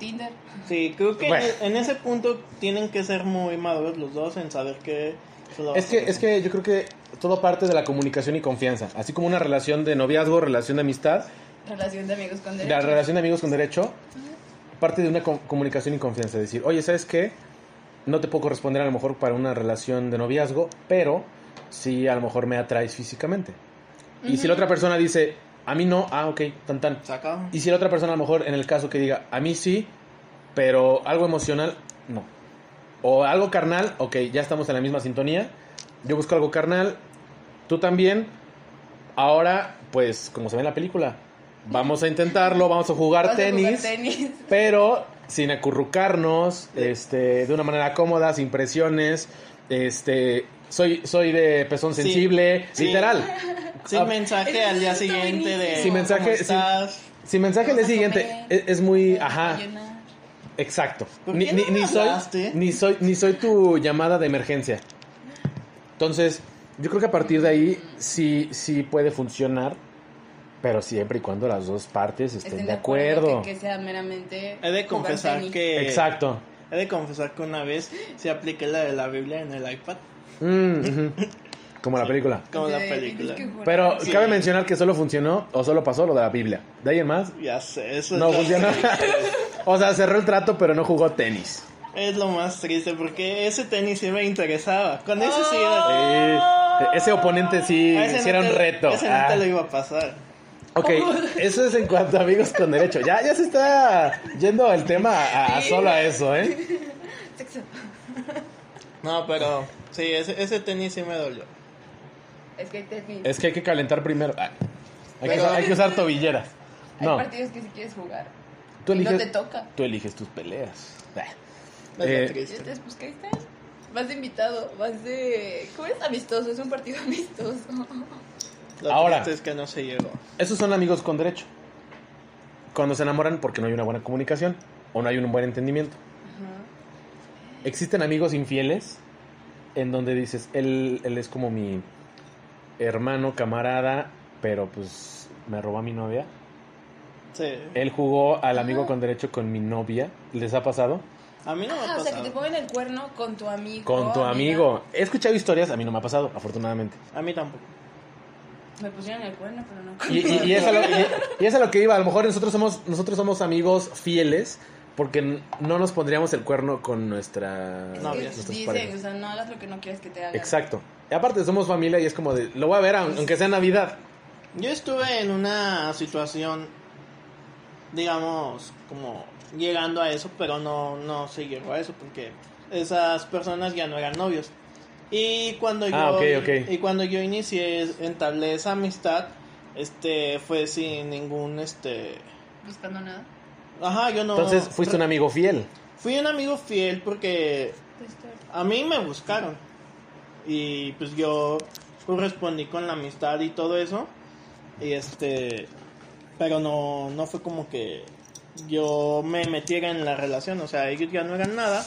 S6: Tinder.
S5: Sí, creo que
S3: Bueno.
S5: en ese punto tienen que ser muy maduros los dos en saber que solo va
S3: Es
S5: a
S3: que,
S5: ser
S3: es que yo creo que todo parte de la comunicación y confianza. Así como una relación de noviazgo, relación de amistad,
S6: Relación de amigos con
S3: la
S6: derechos.
S3: relación de amigos con derecho, parte de una com- comunicación y confianza. Decir, oye, ¿sabes qué? No te puedo corresponder a lo mejor para una relación de noviazgo, pero sí a lo mejor me atraes físicamente. Y si la otra persona dice, a mí no, ah, ok, tan tan.
S5: sacado.
S3: Y si la otra persona a lo mejor en el caso que diga, a mí sí, pero algo emocional, no. O algo carnal, ok, ya estamos en la misma sintonía. Yo busco algo carnal, tú también. Ahora, pues, como se ve en la película, vamos a intentarlo, vamos a jugar
S6: Vas a jugar
S3: tenis,
S6: tenis.
S3: pero sin acurrucarnos, este, de una manera cómoda, sin presiones, este... Soy, soy de pezón
S5: Sí.
S3: sensible,
S6: *laughs*
S5: Sí.
S3: literal.
S5: Sin
S3: Ah,
S5: mensaje
S6: Eso
S5: al día
S6: está
S5: siguiente de
S6: buenísimo.
S3: Sin mensaje,
S5: ¿cómo
S3: sin-
S5: estás?
S3: Sin mensaje el
S6: Vamos a
S3: siguiente,
S6: comer.
S3: es, es muy,
S6: Vas a
S3: ajá,
S6: *laughs* desayunar.
S3: Exacto.
S5: ¿Por
S3: Ni,
S5: qué
S3: ni-
S5: no
S3: ni
S5: me
S3: soy,
S5: hablaste?
S3: ni, soy, ni soy tu llamada de emergencia. Entonces, yo creo que a partir de ahí sí, sí puede funcionar, pero siempre y cuando las dos partes estén, de acuerdo.
S6: Que, que sea meramente.
S5: He de
S6: jugar
S5: confesar
S6: tenis.
S5: que
S3: Exacto.
S5: He de confesar que una vez se apliqué la de la Biblia en el iPad,
S3: Mm, ujú. Como la película.
S5: como
S6: O sea,
S5: la
S6: tienes
S5: película.
S6: que jugar.
S3: Pero
S5: Sí.
S3: cabe mencionar que solo funcionó o solo pasó lo de la Biblia. De ahí en más,
S5: Ya sé, eso
S3: no
S5: es, lo,
S3: funcionó. *laughs* o sea, cerró el trato, pero no jugó tenis.
S5: es lo más triste porque ese tenis sí me interesaba. Con ese sí
S3: Sí.
S6: Oh.
S3: E-,
S5: era.
S3: Ese oponente sí,
S5: Oh. a ese
S3: sí era
S5: no
S3: un
S5: te-
S3: reto.
S5: Ese
S3: Ah.
S5: no te lo iba a pasar.
S3: Ok,
S6: Oh.
S3: eso es en cuanto a amigos con derecho. Ya, ya se está yendo el tema a, a solo a eso, ¿eh?
S6: Sexo.
S5: No, pero sí, ese, ese tenis sí me dolió.
S6: Es que hay tenis.
S3: Es que hay que calentar primero. Ah, hay, que
S5: Pero-
S3: usar, hay que usar tobilleras.
S6: Hay
S3: No,
S6: partidos que si quieres jugar.
S3: tú
S6: y no te
S3: eliges,
S6: toca.
S3: tú eliges tus peleas. Ah.
S5: Es lo
S3: Eh,
S5: triste.
S6: Entonces, pues, ¿qué tal? Vas de invitado, vas de. ¿Cómo es amistoso? Es un partido *laughs* amistoso.
S5: Lo
S3: ahora.
S5: triste es que no se llegó.
S3: Esos son amigos con derecho. Cuando se enamoran porque no hay una buena comunicación o no hay un buen entendimiento. Existen amigos infieles en donde dices, él, él es como mi hermano, camarada, pero pues me robó a mi novia.
S5: Sí.
S3: Él jugó al amigo con derecho con mi novia. ¿Les ha pasado?
S5: A mí no me
S6: Ah, o
S5: ha
S6: sea, que
S5: pasado.
S6: te pongan el cuerno con tu amigo.
S3: Con tu
S6: amiga.
S3: amigo. He escuchado historias, a mí no me ha pasado, afortunadamente.
S5: A mí tampoco.
S6: Me pusieron el cuerno, pero no.
S3: Y, y- y es, a lo, y- y es a lo que iba. A lo mejor nosotros somos, nosotros somos amigos fieles porque n- no nos pondríamos el cuerno con nuestra
S6: Es
S5: No,
S6: que
S5: bien,
S3: nuestras
S6: dicen,
S3: parejas.
S6: o sea, no hagas lo que no quieres que te hagan.
S3: Exacto. Y aparte somos familia y es como de, lo voy a ver aun- aunque sea Navidad.
S5: Yo estuve en una situación, digamos, como llegando a eso, pero no, no se llegó a eso porque esas personas ya no eran novios. Y cuando yo,
S3: Ah, ok, ok.
S5: y cuando yo inicié, entablé esa amistad, este, fue sin ningún, este,
S6: Buscando nada.
S5: ajá, yo no.
S3: Entonces fuiste un amigo fiel.
S5: Fui un amigo fiel porque a mí me buscaron. Y pues yo correspondí con la amistad y todo eso. Y este. Pero no, no fue como que yo me metiera en la relación. O sea, ellos ya no eran nada.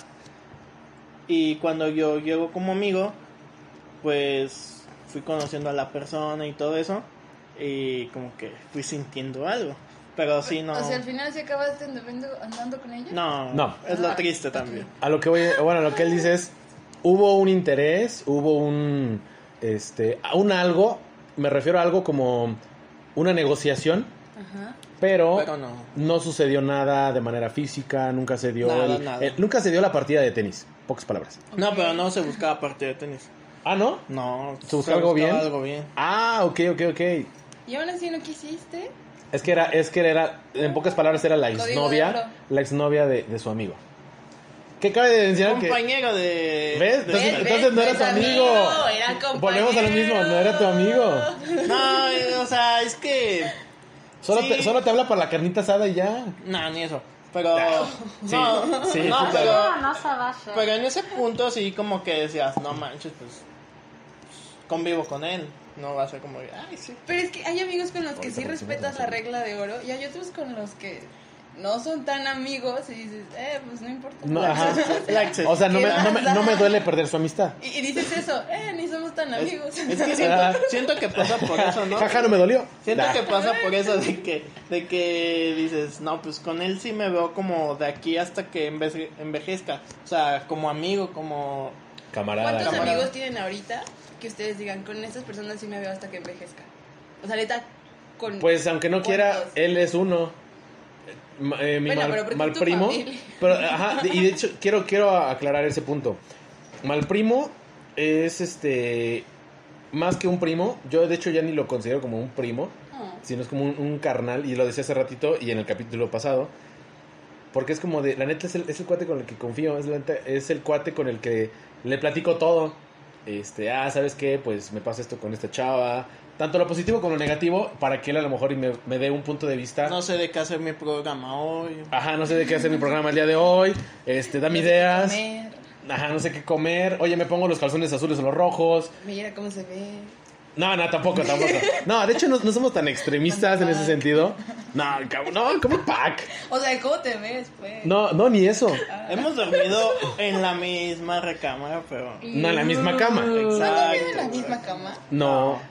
S5: Y cuando yo llego como amigo, pues fui conociendo a la persona y todo eso. Y como que fui sintiendo algo. Pero sí, no.
S6: O sea, al final, si acabaste andando, andando con ella.
S5: No,
S3: No.
S5: es
S6: Ah,
S5: lo triste también.
S3: A lo que voy, bueno, lo que él dice es, hubo un interés, hubo un, este, a un algo, me refiero a algo como una negociación
S6: Ajá.
S3: Pero,
S5: Pero no.
S3: no sucedió nada de manera física, nunca se dio
S5: Nada,
S3: el-
S5: nada.
S3: el- nunca se dio la partida de tenis, pocas palabras.
S5: No, pero no se buscaba partida de tenis.
S3: Ah, ¿no?
S5: No,
S3: ¿Se buscaba algo bien?
S5: algo bien.
S3: Ah, ok, ok, ok.
S6: Y aún así no quisiste.
S3: Es que era, es que era, en pocas palabras era la
S6: Código de oro.
S3: exnovia, la exnovia de, de su amigo. Que cabe de mencionar que
S5: Compañero de.
S3: ¿Ves?
S5: de-
S3: Entonces- entonces no era tu amigo.
S6: Era compañero.
S3: volvemos a lo mismo, no era tu amigo.
S5: No, eh, o sea, es que.
S3: Solo,
S5: Sí.
S3: te, solo te habla para la carnita asada y ya.
S5: No, ni eso. Pero.
S3: Ah, Sí,
S5: no,
S3: sí, sí,
S5: no, pero.
S8: no se vaya.
S5: Pero en ese punto sí, como que decías, no manches, pues. Convivo con él. No va a ser como, que, ay, sí.
S6: Pero es que hay amigos con los que sí respetas la regla de oro y hay otros con los que no son tan amigos y dices, eh, pues no importa.
S3: No, ajá.
S5: Like,
S3: O sea, no me,
S6: ¿Qué
S3: no, me,
S6: pasa?
S3: no me duele perder su amistad.
S6: Y, y dices eso, eh, ni somos tan amigos.
S5: es, es que siento, siento que pasa por eso, ¿no?
S3: Jaja, no me dolió.
S5: Siento
S3: Nah.
S5: que pasa por eso de que, de que dices, no, pues con él sí me veo como de aquí hasta que enveje- envejezca. O sea, como amigo, como...
S3: Camarada.
S6: *laughs* ¿Cuántos
S3: camarada.
S6: amigos tienen ahorita que ustedes digan, con estas personas sí me veo hasta que envejezca? O sea, neta, con...
S3: Pues aunque no quiera,
S6: ¿Cuántos?
S3: él es uno. Ma- eh, mi
S6: Bueno,
S3: mal,
S6: pero porque
S3: mal
S6: es tu
S3: primo.
S6: familia.
S3: Pero, ajá, de- y de hecho, quiero, quiero aclarar ese punto. Mal primo es este. Más que un primo, yo de hecho ya ni lo considero como un primo,
S6: Oh.
S3: sino es como un, un carnal, y lo decía hace ratito y en el capítulo pasado, porque es como de, la neta es el, es el cuate con el que confío, es, la neta- es el cuate con el que le platico todo, este, ah, ¿sabes qué? Pues me pasa esto con esta chava, tanto lo positivo como lo negativo, para que él a lo mejor y me, me dé un punto de vista.
S5: No sé de qué hacer mi programa hoy.
S3: Ajá, no sé de qué hacer mi programa el día de hoy. Este, dame
S6: No sé qué
S3: ideas.
S6: comer,
S3: Ajá, no sé qué comer. Oye, me pongo los calzones azules o los rojos.
S6: Mira cómo se ve.
S3: No, no, tampoco,
S6: *laughs*
S3: tampoco. No, de hecho no, no somos tan extremistas en ese sentido. No, cabrón, no, como pack.
S6: O sea, ¿cómo te ves, pues?
S3: No, no, ni eso.
S6: Ah.
S5: Hemos dormido en la misma recámara, pero...
S3: No, en la misma cama.
S6: ¿No han dormido en
S5: Exacto.
S6: la misma cama?
S3: No,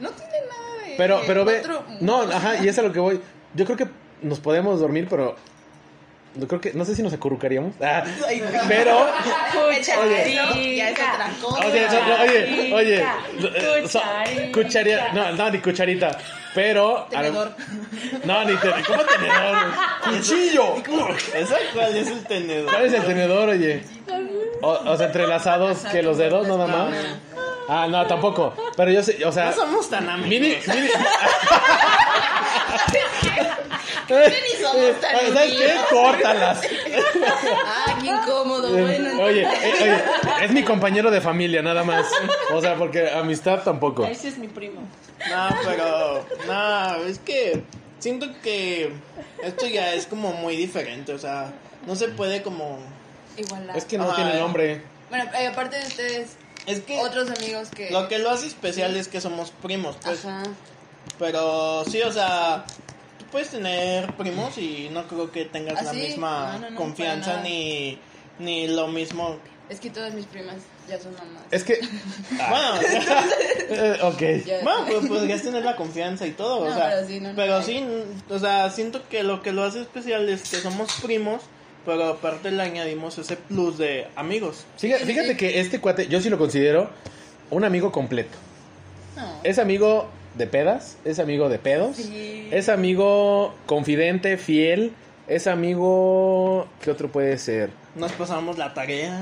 S6: No tiene nada de...
S3: pero,
S6: de
S3: pero ve.
S6: otro-
S3: No,
S6: *laughs*
S3: ajá, y es a lo que voy. Yo creo que nos podemos dormir, pero. Yo creo que. No sé si nos acurrucaríamos. Ah, pero.
S6: Échale
S8: Oye.
S6: eso, ya es otra cosa.
S3: O sea, no, no, oye, oye.
S8: Cucharita.
S3: so- cucharia- no, no, ni cucharita. Pero. a lo-
S6: Tenedor.
S3: No, ni tenedor. ¿Cómo tenedor? ¡Cuchillo!
S5: ¿Esa cuál es el
S3: ¿Cuál
S5: tenedor?
S3: es el tenedor, oye? O, o sea, entrelazados que los dedos, nada más. Ah, no, tampoco. Pero yo sé, o sea.
S5: No somos tan
S3: Ah.
S6: *laughs*
S3: Mini,
S5: amigos.
S3: mini.
S6: ni somos tan
S3: Oye, *laughs* ¿Sabes qué?
S6: unidos.
S3: Córtalas.
S6: Ah, qué incómodo, *laughs* bueno.
S3: Oye, eh, oye, es mi compañero de familia, nada más. O sea, porque amistad tampoco.
S6: Ese es mi primo.
S5: No, pero... No, es que... Siento que esto ya es como muy diferente, o sea, no se puede como...
S6: Igualdad.
S3: Es que no
S5: Ajá,
S3: tiene
S5: eh.
S3: nombre.
S6: Bueno, eh, aparte de ustedes,
S5: Es que...
S6: otros amigos que...
S5: Lo que lo hace especial es que somos primos, pues.
S6: Ajá.
S5: Pero sí, o sea, tú puedes tener primos y no creo que tengas
S6: ¿Ah,
S5: la
S6: sí?
S5: misma
S6: No, no, no, para
S5: confianza
S6: nada.
S5: ni, ni lo mismo.
S6: Es que todas mis primas ya son mamás.
S3: Es que.
S6: *laughs*
S5: Bueno, *laughs*
S3: eh, ok.
S6: Ya-
S5: bueno, pues podrías tener la confianza y todo, o
S6: No,
S5: sea.
S6: pero sí, no, no
S5: pero
S6: hay.
S5: sí, o sea, siento que lo que lo hace especial es que somos primos, pero aparte le añadimos ese plus de amigos.
S3: Fíjate, fíjate que este cuate, yo sí lo considero un amigo completo.
S6: No.
S3: Es amigo de pedas, es amigo de pedos,
S6: Sí.
S3: es amigo confidente, fiel, es amigo... ¿Qué otro puede ser?
S5: Nos pasamos la tarea.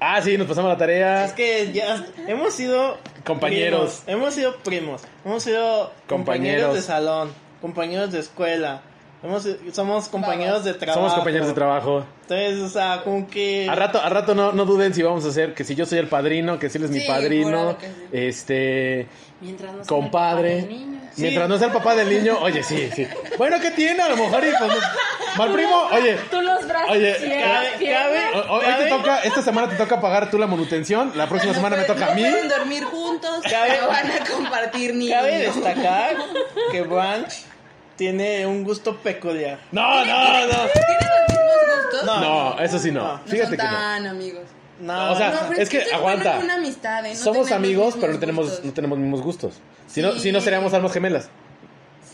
S3: Ah, sí, nos pasamos la tarea.
S5: Es que ya hemos sido
S3: Compañeros.
S5: primos, hemos sido primos. Hemos sido compañeros,
S3: Compañeros.
S5: de salón, compañeros de escuela. Hemos, somos compañeros de trabajo.
S3: Somos compañeros de trabajo.
S5: Entonces, o sea, como que.
S3: A rato, a rato no, no duden si vamos a hacer que si yo soy el padrino, que si él es mi
S6: Sí,
S3: padrino,
S6: jurado que sí.
S3: este,
S8: Mientras no sea
S3: compadre.
S8: el papá del niño.
S5: Sí.
S3: Mientras no sea el papá del niño, oye, sí, sí. Bueno, ¿qué tiene? A lo mejor y pues, mal primo, oye,
S8: Tú los brazos.
S3: Oye,
S8: y las
S5: cabe-
S8: piernas.
S5: cabe-
S3: Hoy- Hoy hoy te
S5: ¿Saben?
S3: toca, esta semana te toca pagar tú la manutención, la próxima
S6: No
S3: semana me
S6: puede-
S3: toca
S6: no
S3: a mí.
S6: pueden dormir juntos,
S5: Cabe-
S6: no van a compartir ni
S5: Cabe destacar que Branch tiene un gusto peculiar.
S3: No, no, no.
S6: ¿Tienen los mismos gustos?
S5: No,
S3: No, eso sí no.
S5: No.
S6: No
S3: Fíjate
S6: son
S3: que no.
S6: tan amigos.
S5: No,
S3: O sea,
S6: No, pero
S3: es que
S6: esto es
S3: aguanta.
S6: bueno en una amistad, ¿eh? No
S3: Somos
S6: tenemos
S3: amigos,
S6: mismos
S3: pero no tenemos
S6: gustos.
S3: no tenemos mismos gustos. Si no
S6: Sí.
S3: si no seríamos almas gemelas.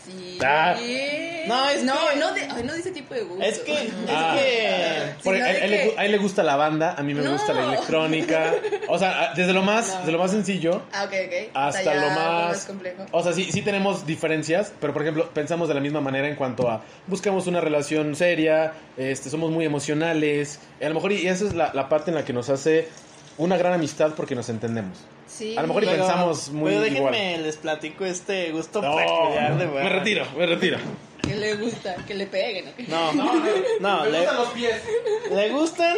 S6: Sí.
S3: Ah.
S6: sé.
S5: No, es
S6: no,
S5: que-
S6: no, de- ay, no dice tipo de gusto.
S5: Es que, es
S3: Ah.
S5: que.
S3: Porque
S6: Sino
S3: a,
S6: de
S3: a él le,
S6: que-
S3: gu- a él le gusta la banda, a mí me
S6: No.
S3: gusta la electrónica. O sea,
S6: *laughs*
S3: a- desde lo más,
S6: No.
S3: desde lo más sencillo
S6: Ah, ok, ok.
S3: hasta
S6: ya
S3: lo
S6: algo
S3: más
S6: complejo.
S3: O sea, sí, sí tenemos diferencias, pero por ejemplo, pensamos de la misma manera en cuanto a buscamos una relación seria, este, somos muy emocionales. A lo mejor, y esa es la, la parte en la que nos hace una gran amistad porque nos entendemos.
S6: Sí.
S3: a lo mejor- pensamos muy
S5: pero déjenme
S3: igual.
S5: les platico este gusto
S3: No,
S5: peculiar de
S3: me
S5: Bran.
S3: retiro, me retiro.
S6: Que le gusta, que le peguen. ¿ok?
S5: No,
S1: *laughs*
S5: no, no. le,
S1: los pies.
S5: le gustan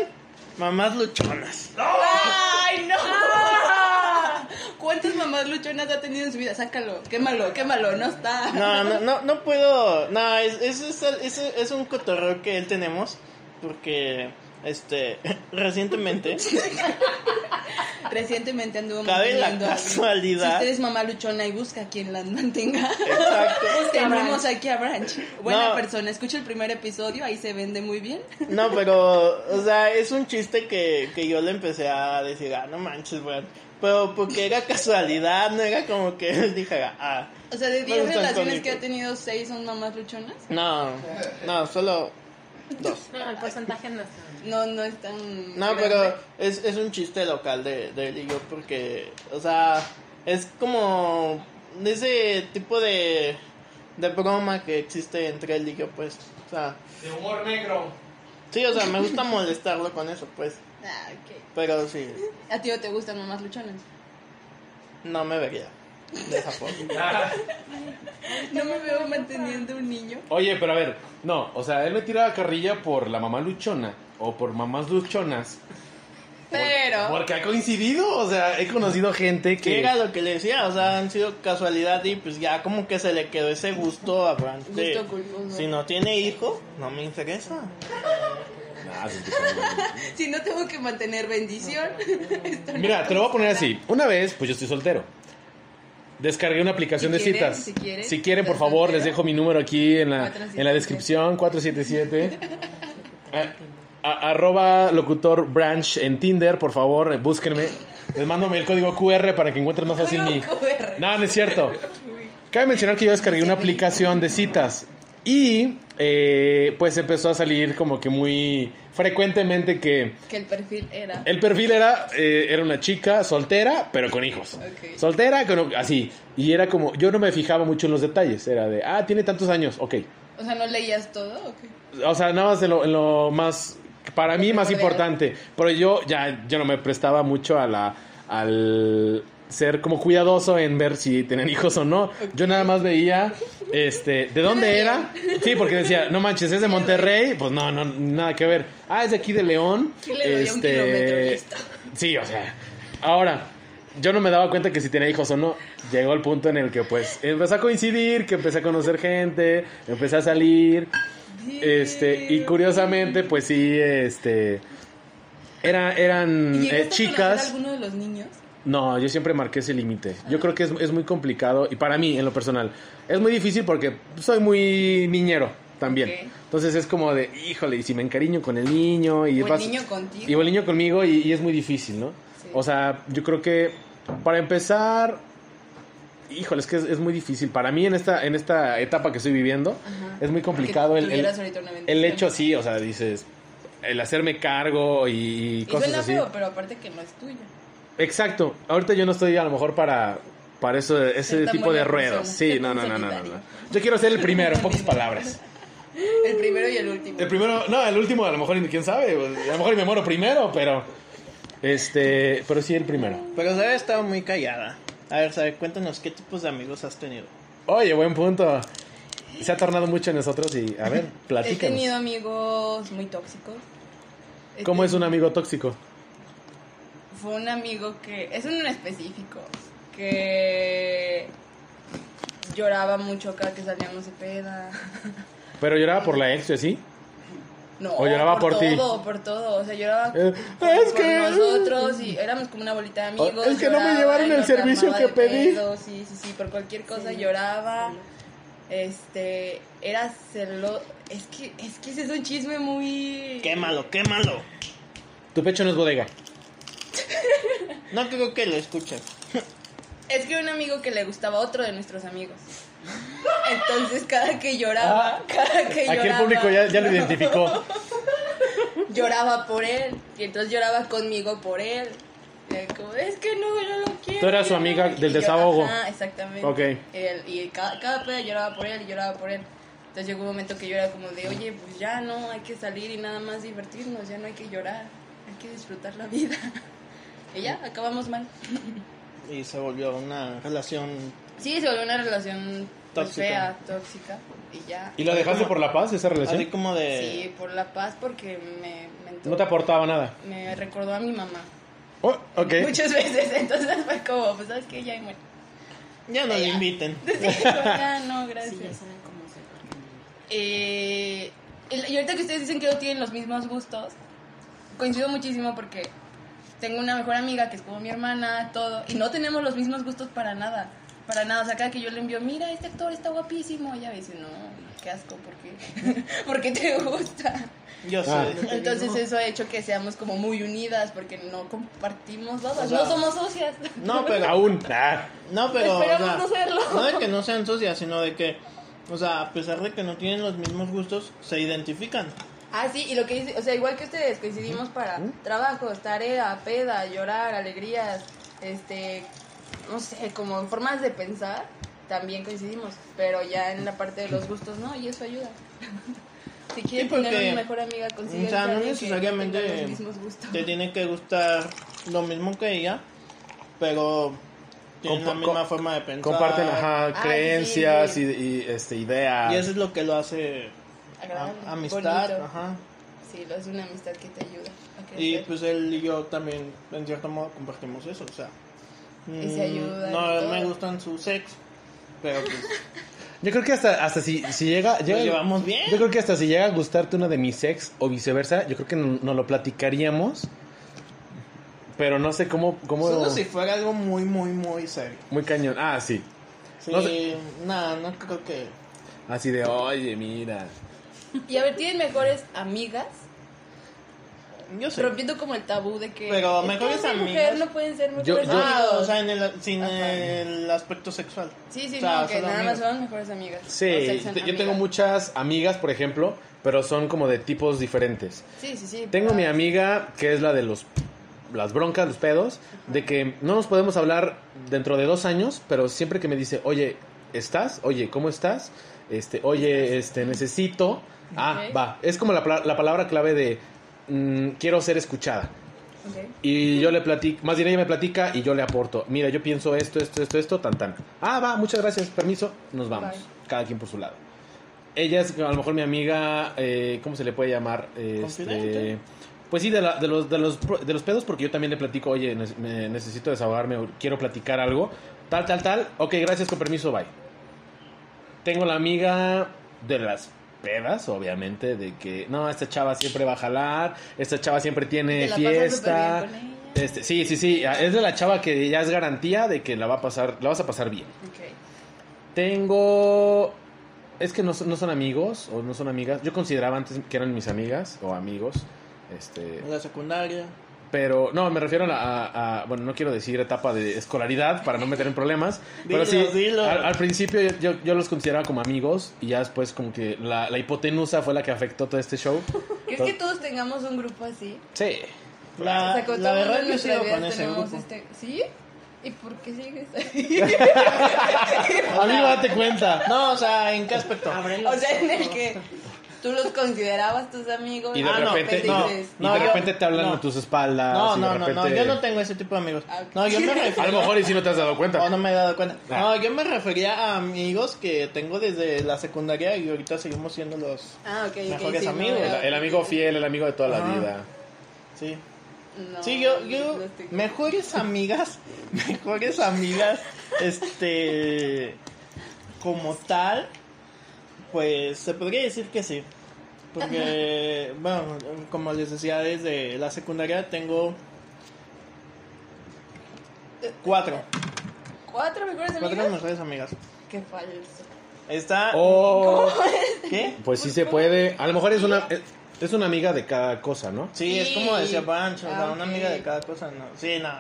S5: mamás luchonas.
S6: ¡Ay, no! *laughs* ¿Cuántas mamás luchonas ha tenido en su vida? Sácalo, quémalo, quémalo, no está.
S5: No, no, no, no puedo. No, es, es, es, es- es un cotorreo que él tenemos. Porque, este, *laughs* recientemente,
S6: Recientemente anduvo
S5: cabe la
S6: manteniendo a alguien. Si
S5: casualidad.
S6: usted es mamá luchona y busca quien las mantenga, *laughs*
S5: Exacto.
S6: tenemos aquí a Branch. Buena
S5: No.
S6: persona, escucha el primer episodio, ahí se vende muy bien.
S5: No, pero, o sea, es un chiste que, que yo le empecé a decir, ah, no manches, weón. Pero porque era casualidad, no era como que *laughs* él dijera, ah,
S6: O sea, de
S5: No
S6: 10
S5: es tan
S6: relaciones
S5: cómico.
S6: que ha tenido, 6 son mamás luchonas.
S5: no, no, solo dos.
S8: No, el porcentaje no está.
S6: No, no es tan.
S5: No,
S6: grande.
S5: pero es, es un chiste local de, de él y yo porque, o sea, es como de ese tipo de, de broma que existe entre él y yo, pues, o sea. De humor negro. Sí, o sea, me gusta molestarlo con eso, pues,
S6: Ah, ok.
S5: pero sí,
S6: ¿A ti no te gustan mamás luchonas?
S5: no me vería de esa forma.
S6: No me veo manteniendo un niño.
S3: Oye, pero a ver, no, o sea, él me tira la carrilla por la mamá luchona o por mamás luchonas.
S6: Pero.
S3: Porque ha coincidido, o sea, he conocido gente
S5: Que
S3: que...
S5: era lo que le decía, o sea, han sido casualidad y pues ya como que se le quedó ese gusto a Bran. de,
S6: Gusto culposo.
S5: Si no tiene hijo, no me interesa.
S3: Ah, sí, sí, sí.
S6: Si no tengo que mantener bendición. *laughs* esto no
S3: Mira, te lo voy a poner así. Una vez, pues yo estoy soltero. Descargué una aplicación
S6: Si
S3: de
S6: quieren,
S3: citas.
S6: si quieren.
S3: por
S6: ¿Estás
S3: favor,
S6: soltero?
S3: les dejo mi número aquí en la,
S6: 477.
S3: en la descripción, 477. A- Eh, a- arroba locutor branch en Tinder, por favor, eh, búsquenme. Les mando el código QR para que encuentren más fácil mi...
S6: QR.
S3: No, no es cierto. Cabe mencionar que yo descargué una aplicación de citas y eh, pues empezó a salir como que muy frecuentemente que...
S6: Que el perfil era.
S3: El perfil era, eh, era una chica soltera, pero con hijos.
S6: Ok.
S3: Soltera, con, así. Y era como, yo no me fijaba mucho en los detalles. Era de, ah, tiene tantos años, ok.
S6: O sea, ¿no leías todo? ¿o qué?
S3: O sea, nada más en lo, en lo más, para mí, más
S6: primordial.
S3: importante. Pero yo ya yo no me prestaba mucho a la, al ser como cuidadoso en ver si tenían hijos o no. Yo nada más veía, este, ¿de dónde era? Sí, porque decía, no manches, es de Monterrey. Pues no, no, nada que ver. Ah, es de aquí de León. Este,
S6: Sí, le doy un kilómetro, listo.
S3: Sí, o sea. Ahora, yo no me daba cuenta que si tenía hijos o no. Llegó el punto en el que pues empecé a coincidir, que empecé a conocer gente, empecé a salir. Este, y curiosamente, pues sí, este. Era,
S6: ¿Y
S3: eran eh,
S6: llegaste a conocer a
S3: chicas.
S6: alguno de los niños?
S3: No, yo siempre marqué ese límite. Yo creo que es, es muy complicado y para mí, en lo personal, es muy difícil porque soy muy niñero también.
S6: Ok.
S3: Entonces es como de, híjole, y si me encariño con el niño y
S6: O el
S3: vas-
S6: niño contigo.
S3: Y o el niño conmigo y, y es muy difícil, ¿no?
S6: Sí.
S3: O sea, yo creo que para empezar, híjole, es que es, es muy difícil. Para mí en esta, en esta etapa que estoy viviendo, es muy complicado
S6: Que
S3: el, el,
S6: tuvieras ahorita una bendición.
S3: el hecho así, o sea, dices, el hacerme cargo y,
S6: Y
S3: cosas
S6: suena
S3: así.
S6: feo, pero aparte que no es tuyo.
S3: Exacto. Ahorita yo no estoy a lo mejor para, para eso, ese
S6: Ser tan
S3: tipo de
S6: buena persona,
S3: ruedos. Sí,
S6: ser
S3: no,
S6: tan
S3: no, no, no, no,
S6: solidario.
S3: no. Yo quiero ser el primero, en pocas palabras.
S6: El primero y el último.
S3: El primero, no, el último a lo mejor, quién sabe, pues, a lo mejor me muero primero, pero... Este, pero sí el primero.
S5: Pero Sara estaba muy callada. A ver, Sara, cuéntanos qué tipos de amigos has tenido.
S3: Oye, buen punto. Se ha tornado mucho en nosotros y, a ver,
S6: *laughs* He
S3: platícanos.
S6: tenido amigos muy tóxicos. He
S3: ¿Cómo es
S6: tenido-
S3: un amigo tóxico?
S6: Fue un amigo que. Es un en específico. Que. Lloraba mucho cada que salíamos de
S3: *laughs*
S6: peda.
S3: ¿Pero lloraba por la ex y así?
S6: No,
S3: ¿O lloraba por ti?
S6: todo, por todo. O sea, lloraba
S3: Eh,
S6: por,
S3: es
S6: por
S3: que-
S6: nosotros y éramos como una bolita de amigos.
S3: Es que no me
S6: lloraba
S3: llevaron
S6: y
S3: el
S6: nos
S3: servicio
S6: armaba
S3: que
S6: de
S3: pedí.
S6: pedo, Sí, sí, sí, por cualquier cosa lloraba. Este, era celo... Es que, es que ese es un chisme muy...
S5: Quémalo, quémalo.
S3: Tu pecho no es bodega.
S5: No creo que lo escuches.
S6: Es que un amigo que le gustaba a otro de nuestros amigos. Entonces cada que lloraba, cada que lloraba.
S3: Ah. Aquí el público ya, ya lo
S6: *laughs*
S3: identificó.
S6: Lloraba por él. Y entonces lloraba conmigo por él. Y era como, es que no, yo lo quiero.
S3: Tú eras su amiga del
S6: Y yo-
S3: desahogo.
S6: ajá, exactamente.
S3: Ok.
S6: Y, él- y cada, cada pedo lloraba por él y lloraba por él. Entonces llegó un momento que yo era como de, oye, pues ya no, hay que salir y nada más divertirnos, ya no hay que llorar, hay que disfrutar la vida. *laughs* Y ya, acabamos mal.
S5: Y se volvió una relación.
S6: Sí, se volvió una relación pues,
S5: Tóxica.
S6: fea, tóxica. Y ya.
S3: ¿Y la dejaste por la paz, esa
S5: Así
S3: relación?
S5: como de.
S6: Sí, por la paz, porque me, me entró-
S3: No te aportaba nada.
S6: me recordó a mi mamá.
S3: Oh, ok.
S6: Muchas *laughs* veces, entonces fue como, pues sabes que ya
S3: *laughs*
S6: y muere.
S5: Ya no le inviten.
S6: Entonces, como, pues, ya no,
S8: Sí, ya
S6: gracias.
S8: suenan como se-
S6: Eh, y y ahorita que ustedes dicen que no tienen los mismos gustos, coincido muchísimo porque tengo una mejor amiga que es como mi hermana, todo, y no tenemos los mismos gustos para nada. Para nada, o sea, cada que yo le envío, mira, este actor está guapísimo, ella me dice, no, qué asco, ¿por qué? *laughs* ¿Por qué te gusta?
S5: Yo sé.
S3: Ah.
S6: Entonces eso ha hecho que seamos como muy unidas porque no compartimos babas,
S5: O sea,
S6: no somos socias.
S5: No, pero.
S3: Aún. Ah.
S5: No, pero. o sea,
S6: Esperamos no serlo.
S5: no de que no sean socias, sino de que. O sea, a pesar de que no tienen los mismos gustos, se identifican.
S6: Ah, sí, y lo que dice, o sea, igual que ustedes, coincidimos para trabajos, tarea, peda, llorar, alegrías, este, no sé, como formas de pensar, también coincidimos, pero ya en la parte de los gustos no, y eso ayuda. *laughs* si quieren
S5: porque,
S6: tener una mejor amiga,
S5: O
S6: consigan
S5: sea, no
S6: alguien que tenga
S5: necesariamente
S6: los mismos gustos.
S5: te tiene que gustar lo mismo que ella, pero tienen
S3: Compa-
S5: la misma
S3: co-
S5: forma de pensar.
S3: Comparten ajá,
S6: Ay,
S3: creencias
S6: sí.
S3: y, y, este, ideas.
S5: Y eso es lo que lo hace
S6: *laughs* Agradable,
S5: a- amistad.
S6: bonito.
S5: Ajá.
S6: Sí, lo es una amistad que te ayuda a
S5: Y
S6: crecer.
S5: pues él y yo también, en cierto modo, compartimos eso. O sea,
S6: Y se
S5: mm,
S6: ayudan y
S5: No
S6: todo.
S5: me gustan su sex,
S3: *laughs*
S5: pero pues
S3: Yo creo que hasta, hasta si, si llega...
S5: nos
S3: llega-
S5: llevamos bien.
S3: yo creo que hasta si llega a gustarte una de mis ex o viceversa, yo creo que no- nos lo platicaríamos. Pero no sé cómo... cómo
S5: Solo si fuera algo muy, muy, muy serio.
S3: Muy cañón. Ah, sí.
S5: Sí,
S3: No
S5: no,
S3: sé.
S5: no creo que.
S3: Así de, oye, mira.
S6: Y a ver, ¿tienen mejores amigas?
S5: Yo sé.
S6: Rompiendo como el tabú de que...
S5: Pero
S6: "Es que
S5: mejores
S6: hombre y
S5: amigas-
S6: mujer no pueden ser mejores
S3: Yo- yo-
S5: Ah,
S6: amigos.
S5: o sea, en el, sin
S6: Ajá.
S5: el aspecto sexual.
S6: Sí, sí,
S5: O sea,
S6: no, que
S5: solo
S6: nada
S5: amigos.
S6: más son mejores amigas.
S3: Sí,
S6: O sea, son
S3: te- yo
S6: amigas.
S3: tengo muchas amigas, por ejemplo, pero son como de tipos diferentes.
S6: Sí, sí, sí.
S3: Tengo
S6: pero-
S3: mi amiga que es la de los las broncas, los pedos, de que no nos podemos hablar dentro de dos años, pero siempre que me dice, oye, ¿estás? Oye, ¿cómo estás? Este, oye, este, necesito. Ah,
S6: Ok.
S3: va. Es como la, pla- la palabra clave de mm, quiero ser escuchada.
S6: Ok.
S3: Y yo le platico, más bien ella me platica y yo le aporto. Mira, yo pienso esto, esto, esto, esto, tan, tan. Ah, va, muchas gracias, permiso, nos vamos.
S6: Bye.
S3: Cada quien por su lado. Ella es a lo mejor mi amiga, eh, ¿cómo se le puede llamar? Este,
S5: Confidente.
S3: pues sí, de, la- de los, de, los, pro- de los pedos, porque yo también le platico, oye, ne- me- necesito desahogarme, o quiero platicar algo, tal, tal, tal. Ok, gracias, con permiso, bye. Tengo la amiga de las pedas, obviamente, de que, no, esta chava siempre va a jalar, esta chava siempre tiene
S6: Te la pasas
S3: fiesta.
S6: súper bien con ella.
S3: Este, sí, sí, sí, es de la chava que ya es garantía de que la va a pasar, la vas a pasar bien.
S6: Ok.
S3: Tengo es que no, son- no son amigos o no son amigas. Yo consideraba antes que eran mis amigas o amigos. Este,
S5: En la secundaria.
S3: pero no, me refiero a, la- a- a- bueno, no quiero decir etapa de escolaridad para no meter en
S5: *laughs*
S3: problemas, pero sí,
S5: Dilo, dilo.
S3: Al, al principio yo, yo- yo los consideraba como amigos y ya después como que la, la hipotenusa fue la que afectó todo este show.
S6: ¿Crees que todos tengamos un grupo así?
S3: Sí.
S5: La,
S6: O sea, con
S5: Ah, la
S6: todo
S5: verdad
S6: mundo en
S5: yo
S6: nuestra
S5: sigo
S6: vida
S5: con ese
S6: tenemos
S5: grupo.
S6: este- ¿Sí? ¿Y por qué sigues *laughs* ahí?
S5: *laughs*
S6: este
S3: Amigo, date cuenta. Ah,
S5: No, o sea, ¿en qué aspecto?
S6: o sea, en el que tú los considerabas tus amigos.
S3: Y de
S5: Ah, no,
S3: repente
S6: pues,
S5: no,
S6: dices,
S3: y
S5: no,
S3: de
S5: yo-
S3: repente te hablan
S5: no.
S3: a tus espaldas
S5: No,
S3: y
S5: no,
S3: de
S5: no, no,
S3: repente-
S5: yo no tengo ese tipo de amigos.
S6: Ah, ok.
S5: No, yo
S6: *laughs*
S5: me
S3: A
S5: refiero.
S3: lo mejor y si no te has dado cuenta.
S5: o Oh, no me he dado cuenta.
S3: Ah.
S5: No, yo me refería a amigos que tengo desde la secundaria y ahorita seguimos siendo los.
S6: Ah, ok, ok.
S5: Mejores
S6: sí, no,
S5: amigos,
S6: ya,
S3: El amigo fiel, el amigo de toda la
S5: Ajá.
S3: vida.
S5: *laughs* Sí.
S6: no,
S5: Sí, yo, yo,
S6: no estoy-
S5: mejores amigas, *laughs* mejores amigas, este, como tal, pues se podría decir que sí. Porque, bueno, como les decía, desde la secundaria tengo cuatro,
S6: ¿Cuatro mejores
S5: cuatro
S6: amigos?
S5: mejores amigas.
S6: Qué falso.
S5: Está,
S3: Oh,
S5: ¿qué?
S3: pues sí se puede. A lo mejor es una es una amiga de cada cosa, ¿no?
S5: Sí, es
S6: Sí.
S5: como decía Pancho, o sea,
S6: Ah,
S5: una
S6: ok.
S5: amiga de cada cosa, no. Sí, no,